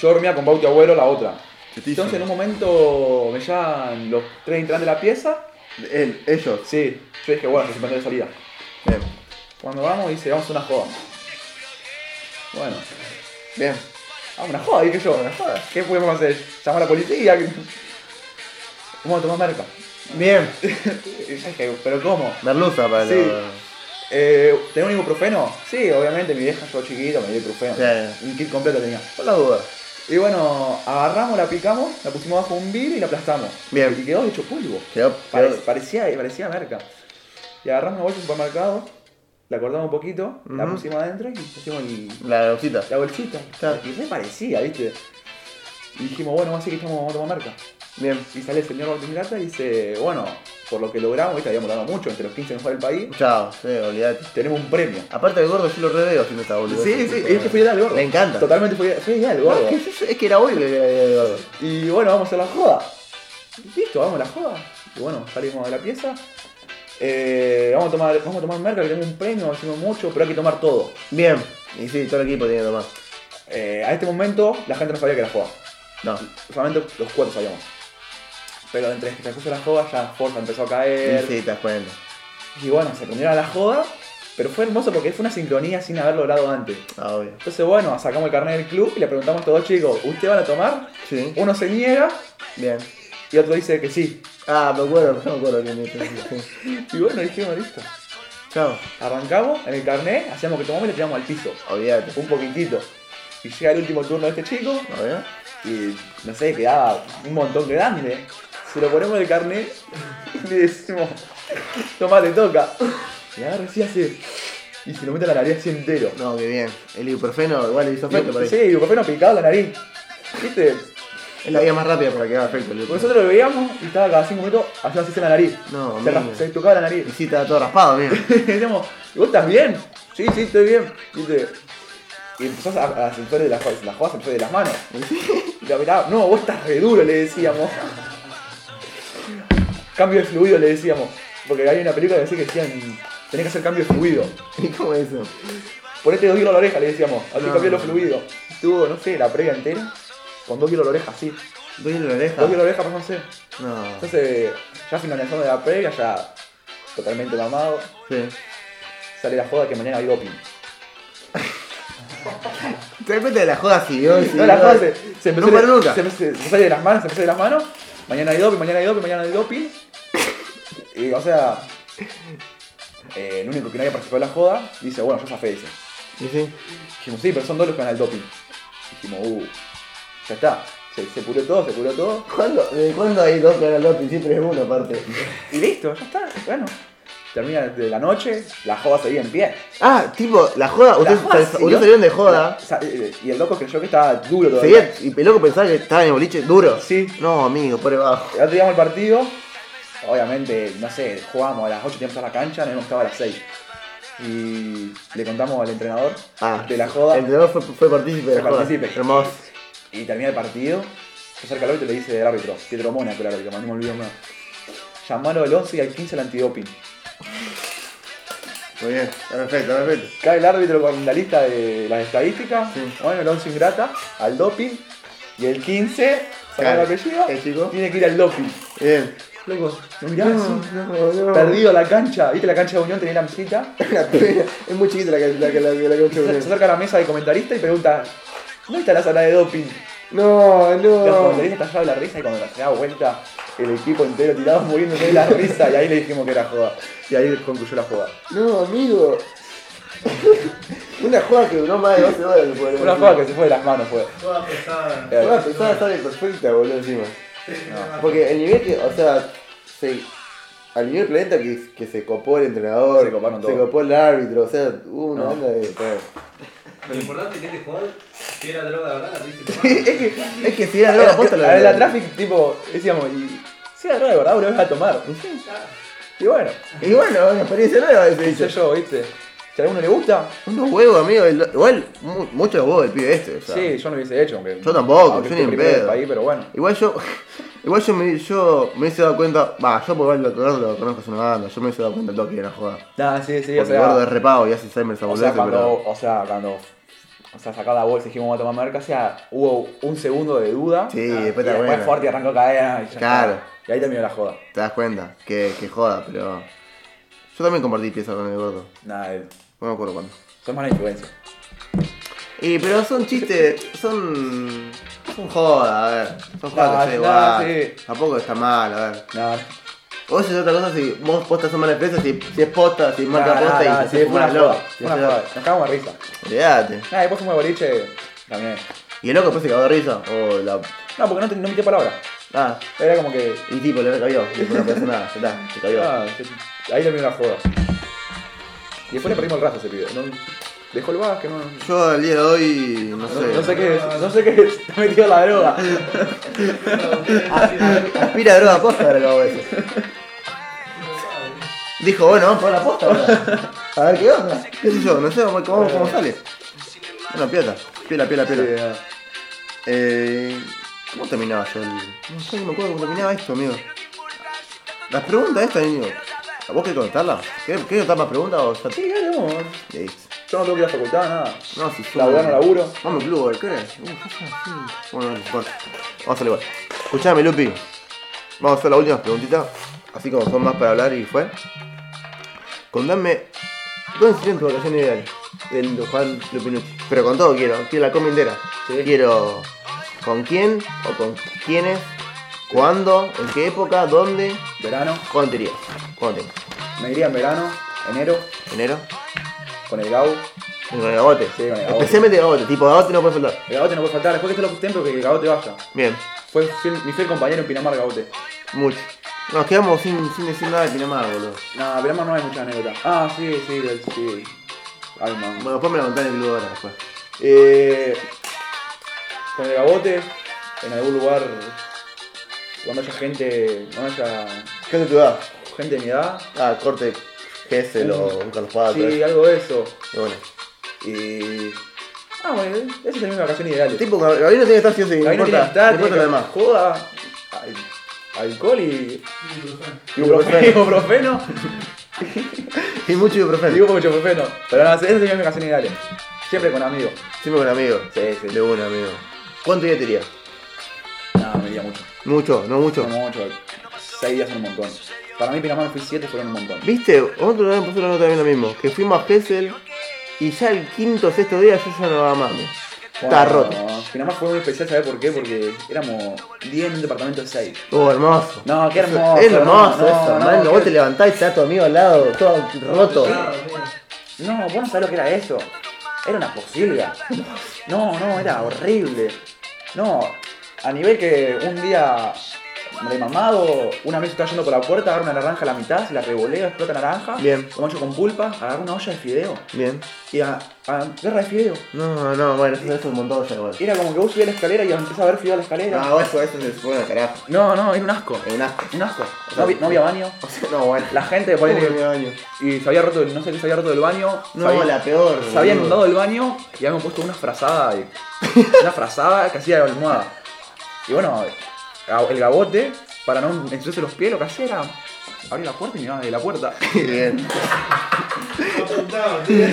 Speaker 2: Yo dormía con Bauti Abuelo la otra.
Speaker 1: Chetísimo.
Speaker 2: Entonces en un momento me llaman los tres integrantes de la pieza.
Speaker 1: Él, ellos.
Speaker 2: Sí, yo dije, bueno, se de salida.
Speaker 1: Bien.
Speaker 2: Cuando vamos, dice, vamos a una joda. Bueno,
Speaker 1: Bien.
Speaker 2: vamos a una joda, dije yo.
Speaker 1: Una joda.
Speaker 2: ¿Qué podemos hacer? Llamar a la policía. Vamos a tomar marca.
Speaker 1: Bien.
Speaker 2: Y yo dije, ¿pero cómo?
Speaker 1: Merluza para
Speaker 2: Sí.
Speaker 1: los-
Speaker 2: Eh, ¿Tenés un ibuprofeno? Sí, obviamente, mi vieja, yo chiquito, me dio ibuprofeno.
Speaker 1: Sí.
Speaker 2: Un kit completo tenía.
Speaker 1: Por las dudas.
Speaker 2: Y bueno, agarramos, la picamos, la pusimos bajo un vidrio y la aplastamos.
Speaker 1: Bien.
Speaker 2: Y quedó hecho polvo.
Speaker 1: Quedó,
Speaker 2: Pare-
Speaker 1: quedó-
Speaker 2: parecía, parecía merca. Y agarramos una bolsa de supermercado, la cortamos un poquito, la
Speaker 1: Ujú.
Speaker 2: pusimos adentro y pusimos el-
Speaker 1: la bolsita.
Speaker 2: la bolsita.
Speaker 1: Claro.
Speaker 2: Y se parecía, ¿viste? Y dijimos, bueno, así que estamos, vamos a tomar merca.
Speaker 1: Bien.
Speaker 2: Y sale el señor Martín Grata y dice, bueno, por lo que logramos, ¿viste? habíamos dado mucho, entre los 15 mejores del país,
Speaker 1: Chao, sí, olvidate.
Speaker 2: tenemos un premio.
Speaker 1: Aparte del gordo, yo lo reveo si no está boludo.
Speaker 2: Sí, sí, es que fue idea del gordo.
Speaker 1: Me encanta.
Speaker 2: Totalmente fue idea, fue idea del
Speaker 1: No,
Speaker 2: gordo.
Speaker 1: es, que, es- es que era obvio que era idea del gordo.
Speaker 2: Y bueno, vamos a hacer la joda. Listo, vamos a la joda. Y bueno, salimos de la pieza. Eh, vamos a tomar, vamos a tomar merca, que tenemos un premio, hicimos mucho, pero hay que tomar todo.
Speaker 1: Bien. Y sí, todo el equipo tiene que tomar.
Speaker 2: Eh, a este momento la gente no sabía que era joda.
Speaker 1: No.
Speaker 2: Solamente los cuatro sabíamos. Pero entre que se puso la joda ya Forza empezó a caer.
Speaker 1: Y sí, te das cuenta.
Speaker 2: Y bueno, se prendieron a la joda. Pero fue hermoso porque fue una sincronía sin haber logrado antes.
Speaker 1: Ah, obvio.
Speaker 2: Entonces bueno, sacamos el carnet del club y le preguntamos a todos chicos, ¿ustedes van a tomar?
Speaker 1: Sí.
Speaker 2: Uno se niega
Speaker 1: Bien.
Speaker 2: y otro dice que sí.
Speaker 1: Ah, me acuerdo, me acuerdo que me sí.
Speaker 2: Y bueno, dijimos, listo.
Speaker 1: Chao.
Speaker 2: Arrancamos en el carnet, hacíamos que tomamos y le tiramos al piso.
Speaker 1: Olvídate.
Speaker 2: Un poquitito. Y llega el último turno de este chico
Speaker 1: ¿No veo?
Speaker 2: y no sé, quedaba un montón grande. Se lo ponemos en el carnet y le decimos, toma, te toca. Y ahora sí hace. Y se lo mete a la nariz así entero.
Speaker 1: No, qué bien. El ibuprofeno igual le hizo efecto por ahí.
Speaker 2: Sí, y no picado en la nariz. ¿Viste?
Speaker 1: Es la vía más rápida para que haga efecto el
Speaker 2: Porque
Speaker 1: ibuprofeno.
Speaker 2: nosotros lo veíamos y estaba cada 5 minutos haciendo así en la nariz.
Speaker 1: No,
Speaker 2: se,
Speaker 1: mira.
Speaker 2: ras- se tocaba la nariz.
Speaker 1: Y sí, estaba todo raspado, mira.
Speaker 2: Y decíamos, ¿y vos estás bien? Sí, sí, estoy bien. ¿Viste? Y empezó a, a sentir de las cosas, las cosas de las manos. Y la miraba, no, vos estás re duro, le decíamos. Cambio de fluido, le decíamos. Porque había una película que decía que decían, tenés que hacer cambio de fluido.
Speaker 1: ¿Y cómo es eso?
Speaker 2: Ponete dos hilos a la oreja, le decíamos, así
Speaker 1: No.
Speaker 2: cambié los fluidos. Estuvo, no sé, la previa entera, con dos hilos a la oreja, así.
Speaker 1: Voy en la oreja.
Speaker 2: Dos hilos a la oreja, pues no sé.
Speaker 1: No.
Speaker 2: Entonces, ya finalizando la previa, ya totalmente mamado,
Speaker 1: Sí.
Speaker 2: sale la joda que mañana hay doping.
Speaker 1: ¿Te das cuenta de la joda siguió?
Speaker 2: no, la joda se, se empezó
Speaker 1: No paró
Speaker 2: de-
Speaker 1: nunca.
Speaker 2: Se, se- se sale de las manos, se empezó de las manos. Mañana hay doping, mañana hay doping, mañana hay doping. y, o sea, eh, el único que no había participado en la joda dice, bueno, yo zafé, dice.
Speaker 1: Sí, sí.
Speaker 2: Dijimos, sí, pero son dos los que van al doping. Dijimos, uh, ya está. Se, se purió todo, se purió todo.
Speaker 1: ¿Cuándo, ¿De cuándo hay dos caras López? Siempre es uno aparte.
Speaker 2: Y listo, ya está. Bueno, termina de la noche, la joda seguía en pie.
Speaker 1: Ah, tipo, la joda. Ustedes,
Speaker 2: La joda
Speaker 1: sal-
Speaker 2: siguió-
Speaker 1: ustedes salieron de joda.
Speaker 2: la- sa- eh, y el loco creyó que estaba duro todavía.
Speaker 1: Seguía, y peloco pensaba que estaba en el boliche duro.
Speaker 2: Sí.
Speaker 1: No, amigo, por debajo.
Speaker 2: El otro día vamos al partido, obviamente, no sé, jugamos a las 8, teníamos que estar en la cancha, nos hemos quedado a las 6. y le contamos al entrenador
Speaker 1: Ah,
Speaker 2: de la joda.
Speaker 1: El entrenador fue, fue partícipe de la
Speaker 2: Fue
Speaker 1: joda.
Speaker 2: partícipe.
Speaker 1: Hermoso.
Speaker 2: Y termina el partido, se acerca al árbitro y le dice al árbitro, Pietro Mona, que era el árbitro, más no me olvido más. Llamaron al 11 y al 15 al antidoping.
Speaker 1: Muy bien, está perfecto, está perfecto.
Speaker 2: Cae el árbitro con la lista de las estadísticas,
Speaker 1: Sí.
Speaker 2: bueno, el 11 ingrata, al doping, y el 15, sacando
Speaker 1: Claro,
Speaker 2: el apellido,
Speaker 1: el chico.
Speaker 2: tiene que ir al doping.
Speaker 1: Bien.
Speaker 2: Loco, lo mirás así,
Speaker 1: no, no.
Speaker 2: perdido a la cancha, viste la cancha de Unión, tenía la mesita,
Speaker 1: La pena. Es muy chiquita la que la, que- la, que- la que
Speaker 2: se se
Speaker 1: mucho
Speaker 2: acerca a la mesa de comentarista y pregunta, ¿dónde está la sala de doping?
Speaker 1: No,
Speaker 2: Los
Speaker 1: no.
Speaker 2: comentaristas estallaron la risa y cuando la se da vuelta, el equipo entero tirado muriéndose de la risa y ahí le dijimos que era joda. Y ahí concluyó la joda.
Speaker 1: No, amigo. Una jugada que duró más de 12 horas. Ah, boludo.
Speaker 2: Una joda que se fue de las manos fue.
Speaker 3: Toda pesada.
Speaker 1: Una persona sale perfecta, boludo, encima.
Speaker 2: No.
Speaker 1: Porque el nivel que, o sea, se, al nivel planeta que, que se copó el entrenador,
Speaker 2: Se coparon
Speaker 1: se
Speaker 2: todos.
Speaker 1: copó el árbitro, o sea, hubo una
Speaker 2: No.
Speaker 1: onda de...
Speaker 3: Lo importante que este jugador, si era droga de verdad, dice
Speaker 1: es, que, es que si era
Speaker 2: A
Speaker 1: droga,
Speaker 2: la,
Speaker 1: posta
Speaker 2: a la traffic, tipo, decíamos, y. Sí, agarró de verdad, boludo, vas a tomar. Y bueno,
Speaker 1: Y bueno, una experiencia nueva, ese
Speaker 2: qué sé
Speaker 1: dicho.
Speaker 2: yo, viste. Si a alguno le gusta,
Speaker 1: Unos huevos, amigo, el- igual, mu- muchos huevos del pibe este, o sea.
Speaker 2: sí, yo no lo hubiese hecho, aunque.
Speaker 1: Yo tampoco,
Speaker 2: aunque
Speaker 1: yo
Speaker 2: esté
Speaker 1: ni en
Speaker 2: primero del
Speaker 1: pedo.
Speaker 2: país, pero bueno.
Speaker 1: Igual yo, igual yo me, yo me hice dado cuenta, va, yo por verlo lo, lo conozco, es una banda, yo me hice dado cuenta todo que era joda.
Speaker 2: Nah, sí, sí, o
Speaker 1: Porque gordo es
Speaker 2: sea.
Speaker 1: repago y hace Alzheimer esa
Speaker 2: O sea,
Speaker 1: boludez, pero...
Speaker 2: cuando. O sea, cuando. O sea, sacaba la bolsa y dijimos, vamos a tomar merca, o sea, hubo un segundo de duda.
Speaker 1: Sí,
Speaker 3: Ah,
Speaker 1: después
Speaker 2: y
Speaker 1: te das
Speaker 2: después
Speaker 1: cuenta.
Speaker 2: Forti arrancó cadena y ya
Speaker 1: Claro.
Speaker 2: está. Y ahí terminó la joda.
Speaker 1: Te das cuenta, que, que joda, pero. Yo también compartí piezas con el gordo.
Speaker 2: Nada, eh,
Speaker 1: No me acuerdo cuándo.
Speaker 2: son mala influencia.
Speaker 1: Y pero son chistes, son. son jodas, a ver. Son jodas
Speaker 2: Ah,
Speaker 1: que se
Speaker 2: ah,
Speaker 1: igual.
Speaker 2: sí.
Speaker 1: Tampoco está mal, a ver.
Speaker 2: Nada.
Speaker 1: Vos si es otra cosa si vos postas son malas empresas, si, si es posta, si es marca
Speaker 2: Nada,
Speaker 1: posta
Speaker 2: nada,
Speaker 1: y
Speaker 2: sí,
Speaker 1: si es
Speaker 2: fue una
Speaker 1: una
Speaker 2: joda.
Speaker 1: loca.
Speaker 2: fue Una joda. Nos cagamos de risa.
Speaker 1: Olvídate.
Speaker 2: Nada, después fuimos de boliche también.
Speaker 1: Y el loco después se cagó de risa. Oh, la.
Speaker 2: No, porque no, te- no metía palabra.
Speaker 1: Ah.
Speaker 2: Era como que.
Speaker 1: Y tipo, le recabió. Y no pasó nada, ya está, se cayó.
Speaker 2: ah, se- ahí terminó la joda. Y después le perdimos el rato a ese pibe. No, dejó el básquet, no. No,
Speaker 1: Yo al día de hoy, no sé.
Speaker 2: no sé qué es, no sé qué es, está metido en la droga.
Speaker 1: Aspira a droga posta, ahora acabo eso. Dijo, bueno, vamos por la posta ahora. A ver qué onda. ¿Qué sé yo? No sé cómo, cómo, cómo sale. Bueno, piota. Piola, piola, piola.
Speaker 2: Sí, ah.
Speaker 1: Eh, ¿Cómo terminaba yo? el- No sé, no me acuerdo cómo terminaba esto, amigo. Las preguntas estas, niño. ¿A vos querés contestarla? ¿Querés, querés contar más preguntas o ya te-
Speaker 2: Sí, dale, vamos.
Speaker 1: ya ahí?
Speaker 2: Yo no tengo que ir a la facultad, nada.
Speaker 1: No, si yo...
Speaker 2: Laburando, laburo.
Speaker 1: Vamos, club, ¿qué crees? Uh, ya, sí. Bueno, dale, corta. Vamos a hacerlo igual. Escuchame, Lupi. Vamos a hacer la última preguntita. Así como son más para hablar y fue. Contame, ¿dónde serían tus vacaciones ideales? Del Juan Lupinucci. Pero con todo quiero, quiero la comida entera.
Speaker 2: Sí.
Speaker 1: Quiero con quién o con quiénes, cuándo, en qué época, dónde,
Speaker 2: Verano,
Speaker 1: cuándo te irías. ¿Cuándo te irías?
Speaker 2: me iría en verano, enero,
Speaker 1: ¿Enero?
Speaker 2: con el Gau.
Speaker 1: Con el gabote.
Speaker 2: Sí, con el gabote.
Speaker 1: Especialmente gabote, tipo gabote no puede faltar.
Speaker 2: El Gabote no puede faltar, después que esté los tiempos que el Gabote vaya.
Speaker 1: Bien.
Speaker 2: Fue fiel- mi fiel compañero en Pinamar Gabote.
Speaker 1: Mucho. Nos quedamos sin, sin decir nada de Pinamar, boludo.
Speaker 2: No, Pinamar no hay muchas anécdotas. Ah, sí, sí, del- sí. Ay, man.
Speaker 1: Bueno, después me la contás en el club ahora después.
Speaker 2: Eh, con el Gabote, en algún lugar donde haya gente, donde haya
Speaker 1: ¿Qué es de tu edad?
Speaker 2: gente de mi edad.
Speaker 1: Ah, corte Gessel o un Carlos Paz.
Speaker 2: Sí, algo de eso.
Speaker 1: Bueno.
Speaker 2: Y... Ah, bueno, esa es mi vacación ideal.
Speaker 1: El tipo, Gab- Gabriel no tiene que estar sí o sí, no
Speaker 2: Ahí no tiene que
Speaker 1: importa,
Speaker 2: estar,
Speaker 1: no importa lo
Speaker 2: tiene que-
Speaker 1: demás.
Speaker 2: Joda, al- alcohol y...
Speaker 1: Ibuprofeno.
Speaker 2: Ibuprofeno.
Speaker 1: Y mucho ibuprofeno.
Speaker 2: Digo con mucho profeno. Pero no, esa es mi vacación ideal. eh. Siempre con amigos.
Speaker 1: Siempre con amigos.
Speaker 2: Sí, sí.
Speaker 1: De un amigo. ¿Cuánto día te iría?
Speaker 2: No, me iría mucho.
Speaker 1: Mucho, no mucho.
Speaker 2: Como ocho. Seis días son un montón. Para mí Pinamar fui siete, fueron un montón.
Speaker 1: Viste, otro día me puso una nota también lo mismo. Que fuimos a Gessel y ya el quinto o sexto día yo ya no daba más. ¿no? Está
Speaker 2: Bueno,
Speaker 1: roto.
Speaker 2: Pinamar fue muy especial, ¿sabes por qué? Porque éramos 10 en un departamento de 6.
Speaker 1: Oh, hermoso.
Speaker 2: No, qué
Speaker 1: Eso-
Speaker 2: hermoso,
Speaker 1: Es hermoso
Speaker 2: no,
Speaker 1: eso,
Speaker 2: no,
Speaker 1: hermano.
Speaker 2: no,
Speaker 1: vos
Speaker 2: qué-
Speaker 1: te levantás y está tu amigo al lado, todo roto.
Speaker 2: No, vos no sabés lo que era eso. Era una posilga. No, no, era horrible. No, a nivel que un día me le mamado, una vez estaba yendo por la puerta, agarra una naranja a la mitad, se la revolea, explota naranja,
Speaker 1: Bien.
Speaker 2: lo macho con pulpa, agarra una olla de fideo
Speaker 1: Bien.
Speaker 2: y a, a guerra de fideo.
Speaker 1: No, no, bueno, eso, eso es montado ya igual.
Speaker 2: Y Era como que vos subías la escalera y empezás a ver fideo a la escalera.
Speaker 1: No, eso, eso se supone al carajo.
Speaker 2: No, no, era un asco.
Speaker 1: Es un asco.
Speaker 2: Un asco. No, había- no había baño.
Speaker 1: No, bueno.
Speaker 2: La gente por
Speaker 1: Uy, me
Speaker 2: ahí
Speaker 1: baño.
Speaker 2: y se había roto, el- no sé qué se había roto del baño. se
Speaker 1: No,
Speaker 2: había-
Speaker 1: la peor.
Speaker 2: Se había
Speaker 1: boludo.
Speaker 2: inundado el baño y habían puesto una frazada. de- una frazada que hacía de almohada. Y bueno, ga- el gabote, para no ensuciarse los pies, lo que hacía era abrir la puerta y miraba desde la puerta.
Speaker 1: Eh, Bien.
Speaker 3: Apuntaba, tío.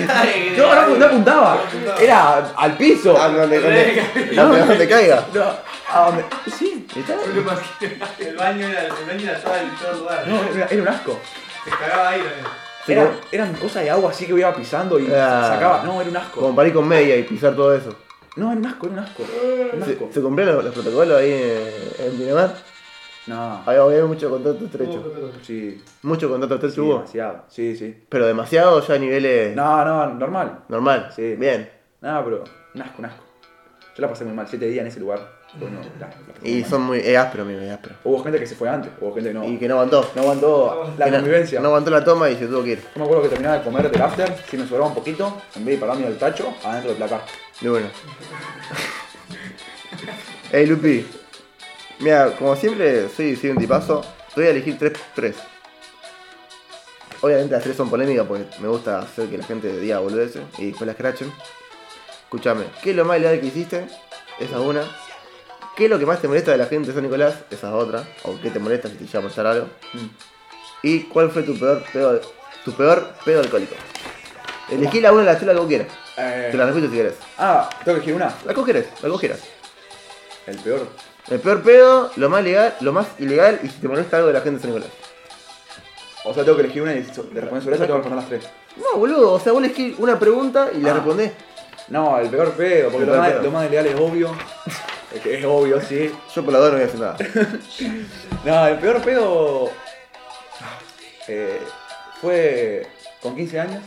Speaker 2: No, no, no apuntaba. Era al piso.
Speaker 1: Ah, donde, donde,
Speaker 2: No.
Speaker 1: donde- donde caiga.
Speaker 2: No, a donde- Sí, literal.
Speaker 3: El baño era, el baño era todo en todo lugar.
Speaker 2: No, era era un asco.
Speaker 3: Se cagaba ahí también.
Speaker 1: Sí,
Speaker 2: Era-
Speaker 1: como-
Speaker 2: eran cosas de agua así que iba pisando y
Speaker 1: Ah.
Speaker 2: sacaba. No, era un asco.
Speaker 1: Como parir con media y pisar todo eso.
Speaker 2: No, era un asco, era un asco. Era un
Speaker 1: ¿Se,
Speaker 2: asco.
Speaker 1: se cumplieron los, los protocolos ahí en, en Miramar?
Speaker 2: No.
Speaker 1: Había, había mucho contacto estrecho.
Speaker 3: Hubo-
Speaker 2: Sí.
Speaker 1: Mucho contacto
Speaker 2: sí,
Speaker 1: estrecho hubo.
Speaker 2: demasiado. Sí, sí.
Speaker 1: Pero demasiado ya a niveles
Speaker 2: No, no, normal.
Speaker 1: normal.
Speaker 2: Sí.
Speaker 1: Bien.
Speaker 2: No, pero un asco, un asco. Yo la pasé muy mal, siete días en ese lugar. Bueno,
Speaker 1: Mm.
Speaker 2: la- la pasé muy
Speaker 1: Y
Speaker 2: mal.
Speaker 1: son muy. Es áspero, amigo, es áspero.
Speaker 2: Hubo gente que se fue antes, hubo gente que no.
Speaker 1: Y que no aguantó.
Speaker 2: No aguantó la
Speaker 1: Que no-
Speaker 2: convivencia.
Speaker 1: No aguantó la toma y se tuvo que ir.
Speaker 2: Yo me acuerdo que terminaba de comer del after, si me sobraba un poquito, en vez de pararme al tacho, adentro del placar.
Speaker 1: De bueno. Ey, Lupi. Mira, como siempre, soy, soy un tipazo. Te voy a elegir tres, tres. Obviamente las tres son polémicas porque me gusta hacer que la gente diga boludeces y después las crachen. Escúchame, ¿qué es lo más ilegal que hiciste? Esa es una. ¿Qué es lo que más te molesta de la gente de San Nicolás? Esa es otra. ¿O qué te molesta si te llega a pasar algo?
Speaker 2: Mm.
Speaker 1: ¿Y cuál fue tu peor pedo, tu peor pedo alcohólico? Elegí la una de las tres la que vos quieras.
Speaker 2: Eh,
Speaker 1: Te la repito si quieres.
Speaker 2: Ah, tengo que elegir una.
Speaker 1: La cogeres, la cogeras.
Speaker 2: El peor.
Speaker 1: El peor pedo, lo más legal, lo más ilegal y si te molesta algo de la gente de San Nicolás.
Speaker 2: O sea, tengo que elegir una y so- de responder sobre esa tengo que responder las tres.
Speaker 1: No, boludo, o sea, vos elegís una pregunta y la
Speaker 2: Ah.
Speaker 1: respondés.
Speaker 2: No, el peor pedo, porque
Speaker 1: El
Speaker 2: lo
Speaker 1: peor
Speaker 2: más,
Speaker 1: pedo.
Speaker 2: lo más leal es obvio. Es que es obvio, sí.
Speaker 1: Yo por la duda no voy a hacer nada.
Speaker 2: No, el peor pedo. eh, fue con 15 años.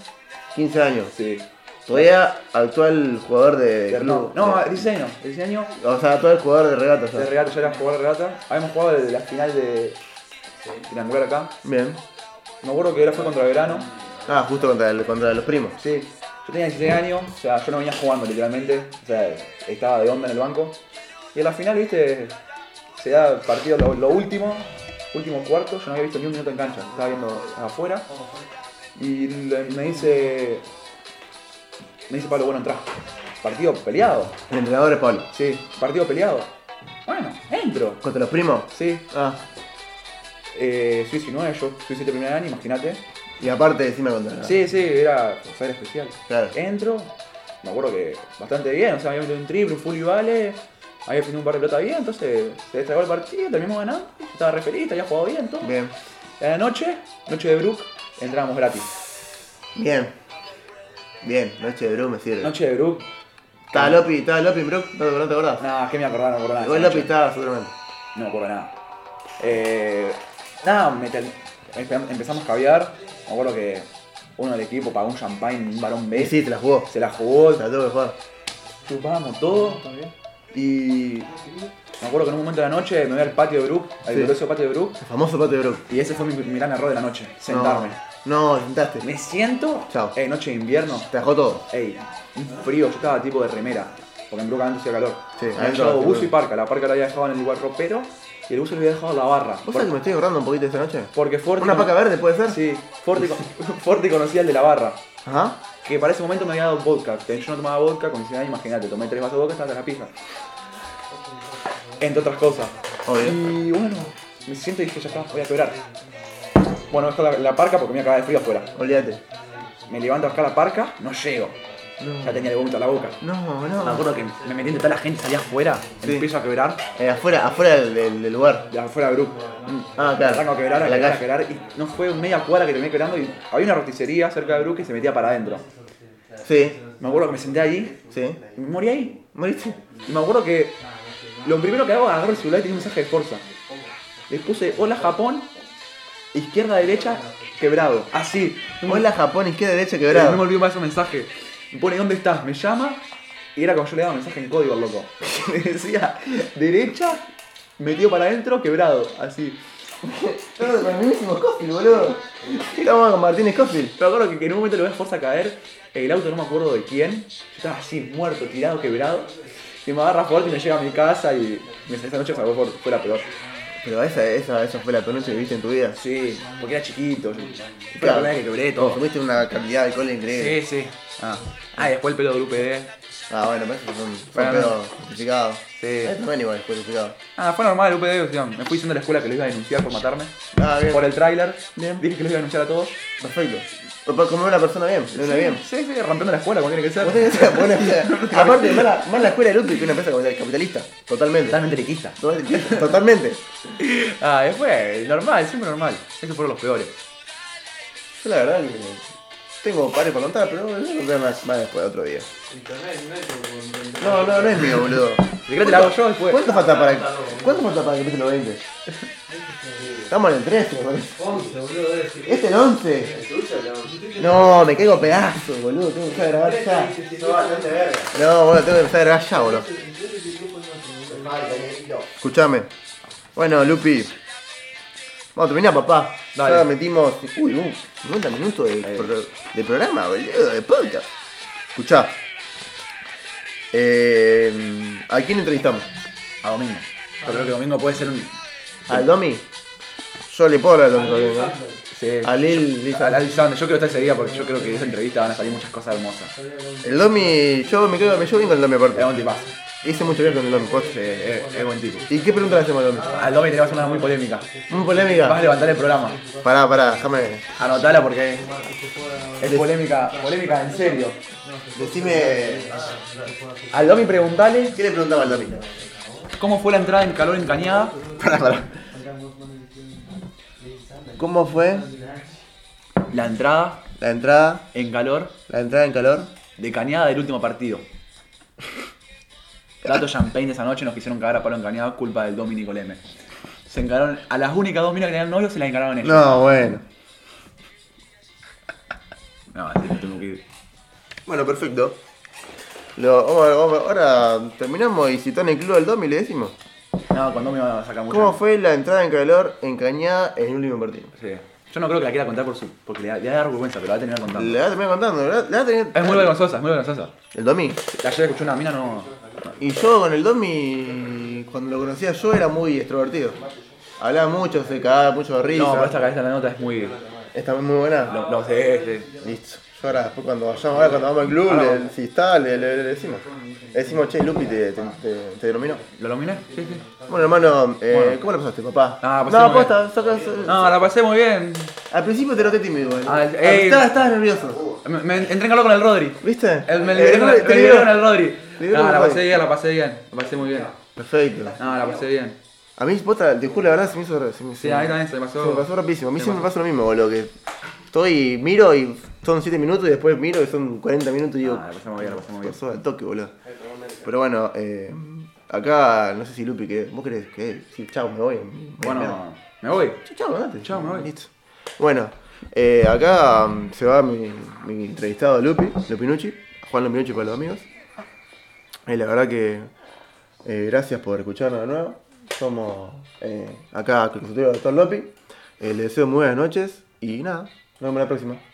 Speaker 1: 15 años.
Speaker 2: Sí.
Speaker 1: Todavía actual jugador de club.
Speaker 2: No, no,
Speaker 1: de-
Speaker 2: 16 años. 16 años
Speaker 1: O sea, actual jugador de regatas.
Speaker 2: de regata, ya era jugador de regata. Habíamos jugado desde la final de Triangular acá.
Speaker 1: Bien.
Speaker 2: Me acuerdo que era fue contra verano.
Speaker 1: Ah, justo contra, el- contra los primos.
Speaker 2: Sí. Yo tenía 16 años, o sea, yo no venía jugando literalmente. O sea, estaba de onda en el banco. Y en la final, viste, se da el partido lo, lo último, último cuarto. Yo no había visto ni un minuto en cancha. Estaba viendo afuera. Y le- me dice. Me dice Pablo, bueno, entra. Partido peleado.
Speaker 1: El entrenador es Pablo.
Speaker 2: Sí, partido peleado. Bueno, entro.
Speaker 1: ¿Contra los primos?
Speaker 2: Sí,
Speaker 1: Ah.
Speaker 2: eh, soy 19, yo soy 7 primer año, imagínate.
Speaker 1: Y aparte encima contra.
Speaker 2: Sí, sí, era saber especial.
Speaker 1: Claro.
Speaker 2: Entro, me acuerdo que bastante bien, o sea, había metido un triple, un full y vale, había defendido un par de pelota bien, entonces se destrabó el partido, terminamos ganando, yo estaba re feliz, había jugado bien, todo.
Speaker 1: Bien.
Speaker 2: Y a la noche, noche de Brook, entramos gratis.
Speaker 1: Bien. Bien. Noche de Bro me sirve.
Speaker 2: Noche de Brook,
Speaker 1: Estaba Lopi, estaba Lopi, bro. No, te- no te acordás.
Speaker 2: nada, que me acordaba, no me acordaba. de
Speaker 1: Igual
Speaker 2: esa
Speaker 1: Lopi
Speaker 2: noche.
Speaker 1: estaba seguramente.
Speaker 2: No me acuerdo nada. Eh, nada, me ter- empe- empezamos a caviar, me acuerdo que uno del equipo pagó un champagne, un varón
Speaker 1: Y
Speaker 2: B,
Speaker 1: sí, te la jugó.
Speaker 2: se la jugó,
Speaker 1: La tuve que jugar.
Speaker 2: chupábamos todo. Y me acuerdo que en un momento de la noche me voy al patio de Brook, al
Speaker 1: Sí.
Speaker 2: glorioso patio de Brook,
Speaker 1: El famoso patio de Brook.
Speaker 2: y ese fue mi, mi gran error de la noche, sentarme.
Speaker 1: No, no, sentaste.
Speaker 2: Me siento,
Speaker 1: Chao.
Speaker 2: eh, noche de invierno,
Speaker 1: Te dejó todo.
Speaker 2: ey, un frío, yo estaba tipo de remera, porque en Brook antes hacía calor.
Speaker 1: Sí,
Speaker 2: Me había
Speaker 1: adentro
Speaker 2: llevado
Speaker 1: hace
Speaker 2: buzo y
Speaker 1: calor.
Speaker 2: parca, la parca la había dejado en el lugar ropero, y el buzo lo había dejado en la barra.
Speaker 1: ¿Vos
Speaker 2: Por-
Speaker 1: sabés que me estoy ahorrando un poquito esta noche?
Speaker 2: porque Forti...
Speaker 1: ¿Una
Speaker 2: cono-
Speaker 1: paca verde puede ser?
Speaker 2: Sí, Forti, con- Forti conocía el de la barra.
Speaker 1: Ajá.
Speaker 2: Que para ese momento me había dado vodka. que Yo no tomaba vodka, con 16 años, imagínate, tomé tres vasos de vodka, estaba hasta la pija. Entre otras cosas.
Speaker 1: Obvio.
Speaker 2: Y bueno, me siento y dije, ya está, voy a quebrar. Bueno, dejo la, la parca porque me acaba de frío afuera.
Speaker 1: Olvídate.
Speaker 2: Me levanto a buscar la parca, no llego. Ya tenía el vómito en la boca.
Speaker 1: No,
Speaker 2: Me
Speaker 1: no.
Speaker 2: acuerdo que me metí entre toda la gente, salía afuera,
Speaker 1: Sí.
Speaker 2: empiezo a quebrar,
Speaker 1: Eh, afuera, afuera del, del- del lugar.
Speaker 2: de afuera grupo.
Speaker 1: Ah, claro.
Speaker 2: Arranco a quebrar, Mm. a
Speaker 1: En la
Speaker 2: quebrar, a
Speaker 1: calle.
Speaker 2: quebrar, y no fue media cuadra que terminé quebrando y había una roticería cerca de Brook que se metía para adentro.
Speaker 1: Sí,
Speaker 2: Me acuerdo que me senté ahí
Speaker 1: sí.
Speaker 2: y me morí ahí.
Speaker 1: ¿Moriste?
Speaker 2: Y me acuerdo que lo primero que hago es agarrar el celular y tenía un mensaje de Forza. Le puse hola Japón, izquierda, derecha, quebrado. Así. No me-
Speaker 1: Hola Japón, izquierda, derecha,
Speaker 2: No me
Speaker 1: quebrado.
Speaker 2: olvido más ese mensaje. Me pone ¿dónde estás? Me llama y era como yo le daba mensaje en código al loco. Le decía derecha, metido para adentro, quebrado, así.
Speaker 1: Todo con el mismo Scofield, boludo.
Speaker 2: Estamos con Martínez Scofield. Me acuerdo que, que en un momento lo ves fuerza caer, el auto no me acuerdo de quién, yo estaba así, muerto, tirado, quebrado, y me agarra fuerte y me lleva a mi casa y me- esa noche salvó por, fue la peor.
Speaker 1: Pero esa, esa, esa fue la peor noche que viste en tu vida.
Speaker 2: Sí, porque era chiquito, yo- fue la primera vez que quebré
Speaker 1: Como
Speaker 2: todo.
Speaker 1: Consumiste una cantidad de alcohol increíble.
Speaker 2: Sí, sí. Ah, Ah, y después el pelo de grupo D.
Speaker 1: Ah, bueno, pero eso son, son
Speaker 2: Para mí.
Speaker 1: pedos justificados.
Speaker 2: Sí.
Speaker 1: Eso también igual, justificado.
Speaker 2: Ah, fue normal el UPD, o sea, me fui diciendo a la escuela que lo iba a denunciar por matarme.
Speaker 1: Ah, bien.
Speaker 2: Por el tráiler,
Speaker 1: Bien.
Speaker 2: dije que los iba a denunciar a todos.
Speaker 1: Perfecto. O pa- Como una pues, persona bien, no una bien.
Speaker 2: Sí, sí, rompiendo la escuela como tiene que
Speaker 1: Vos
Speaker 2: ser.
Speaker 1: tenés que- bueno, o sea, Aparte, más la, más la escuela de Ludwig que una empresa capital- capitalista. Totalmente.
Speaker 2: Totalmente lequista.
Speaker 1: Totalmente.
Speaker 2: Ah, después, normal, siempre normal. Esos fueron los peores.
Speaker 1: Yo la verdad que tengo pares para contar, pero eso lo veo más, más después, otro día. No, no, no es mío, boludo.
Speaker 2: Si querés te la hago yo después.
Speaker 1: ¿Cuánto falta para, ¿cuánto falta para que empiece los 20? Estamos en el 13, me parece. Este
Speaker 3: 11, boludo, debe ser.
Speaker 1: ¿Es el 11?
Speaker 3: ¿Tuyo, no?
Speaker 1: No, me caigo pedazo, boludo. Tengo que empezar a grabar ya.
Speaker 3: Sos bastante verga.
Speaker 1: No, boludo, tengo que empezar a grabar ya, boludo. Escuchame. Bueno, Lupi. Vamos a terminar, papá.
Speaker 2: Dale.
Speaker 1: Ya metimos. Uy, uh, 90 minutos de, pro- de programa, boludo, de podcast. Escuchá. Eh, ¿A quién entrevistamos?
Speaker 2: A domingo. Yo creo que domingo puede ser un.
Speaker 1: ¿Al Domi? Yo le puedo hablar a Domi. todavía, ¿no?
Speaker 2: Sí.
Speaker 1: A Lil, Lil-
Speaker 2: A la Lisandra, yo quiero estar ese día porque yo creo que de esa entrevista van a salir muchas cosas hermosas.
Speaker 1: El Domi, yo me creo que me llevo bien con el Domi
Speaker 2: Era
Speaker 1: aparte.
Speaker 2: un tipazo.
Speaker 1: Hice mucho bien con el Domi, posta.
Speaker 2: Sí, es, es buen tipo.
Speaker 1: ¿Y qué pregunta le hacemos al Domi?
Speaker 2: Al domingo tenemos una muy polémica.
Speaker 1: Muy
Speaker 2: Vas a
Speaker 1: polémica.
Speaker 2: levantar el programa.
Speaker 1: Pará, pará, déjame.
Speaker 2: Anotala porque es, es polémica, polémica en serio.
Speaker 1: Decime.
Speaker 2: Al Domi preguntale
Speaker 1: ¿Qué le preguntaba al Domi?
Speaker 2: cómo fue la entrada en calor en Cañada.
Speaker 1: Pará, pará. ¿Cómo fue
Speaker 2: La entrada
Speaker 1: la entrada,
Speaker 2: en calor
Speaker 1: la entrada en calor?
Speaker 2: de Cañada del último partido. Gato Champagne de esa noche nos quisieron cagar a palo en Cañada, culpa del Dominico Leme. Se encararon, a las únicas dos minas que tenían novio se las encararon ellos.
Speaker 1: No, bueno.
Speaker 2: No, sí, me tengo que ir.
Speaker 1: Bueno, perfecto. Lo, vamos- vamos- ahora terminamos y si está en el club del Domi le decimos.
Speaker 2: No, con Domi va a sacar mucho.
Speaker 1: ¿Cómo fue la entrada en calor en Cañada en el último partido?
Speaker 2: Sí. Yo no creo que la quiera contar por su, porque le, da- le va a dar vergüenza, pero la va a terminar contando.
Speaker 1: Le vas a terminar contando, ¿verdad? Le vas a terminar-
Speaker 2: Es muy vergonzosa, es muy vergonzosa.
Speaker 1: ¿El Domi?
Speaker 2: Ayer escuché una mina, no.
Speaker 1: Y yo con el Domi, cuando lo conocía yo, era muy extrovertido. Hablaba mucho, se cagaba mucho de risa.
Speaker 2: No, pero esta cabeza de la nota es muy.
Speaker 1: Esta es muy buena.
Speaker 2: No, no sé, este, sí.
Speaker 1: Listo. Yo ahora después cuando vayamos, ahora cuando vamos al club,
Speaker 2: Ah,
Speaker 1: le- si está, le, le- le decimos. Le decimos, che, Lupi te, te, te- te denominó.
Speaker 2: ¿Lo dominé? Sí, sí.
Speaker 1: Bueno, hermano, eh,
Speaker 2: Bueno.
Speaker 1: ¿cómo lo pasaste, papá?
Speaker 2: Ah, pasé
Speaker 1: no,
Speaker 2: muy bien.
Speaker 1: posta, sacas.
Speaker 2: No, la pasé muy bien.
Speaker 1: eh, Al principio te noté tímido, igual.
Speaker 2: Ah,
Speaker 1: Ah,
Speaker 2: eh,
Speaker 1: estabas, estabas nervioso.
Speaker 2: Me, me entré en calor con el Rodri.
Speaker 1: ¿Viste?
Speaker 2: El, me
Speaker 1: Eh,
Speaker 2: liberé con el,
Speaker 1: te
Speaker 2: me liberé
Speaker 1: liberó.
Speaker 2: con el Rodri.
Speaker 1: Liberó
Speaker 2: No,
Speaker 1: con
Speaker 2: la
Speaker 1: el
Speaker 2: pasé
Speaker 1: Rodri.
Speaker 2: bien, la pasé bien. La pasé muy bien.
Speaker 1: Perfecto.
Speaker 2: No, la pasé bien.
Speaker 1: A mí, posta, te juro, la verdad se me hizo. ra- Se me,
Speaker 2: Sí, a mí también se me
Speaker 1: se me pasó
Speaker 2: pasó.
Speaker 1: rapidísimo. A mí
Speaker 2: Se me
Speaker 1: siempre me pasa lo mismo, boludo. Que estoy, miro y son 7 minutos y después miro y son 40 minutos y digo.
Speaker 2: Ah, la pasamos bien, la pasamos bien.
Speaker 1: Pasó al toque, boludo. Pero bueno, eh, acá no sé si Lupi, que vos querés que sí, chao, me voy. me-
Speaker 2: Bueno, me voy.
Speaker 1: me- chao, andate.
Speaker 2: Chao, me voy.
Speaker 1: Listo. Bueno, eh, acá mm, se va mi, mi entrevistado Lupi, Lupinucci, Juan Lupinucci para los amigos. Y la verdad que eh, gracias por escucharnos de nuevo. Somos eh, acá, consultorio del doctor Lupi. Eh, les deseo muy buenas noches y nada, nos vemos la próxima.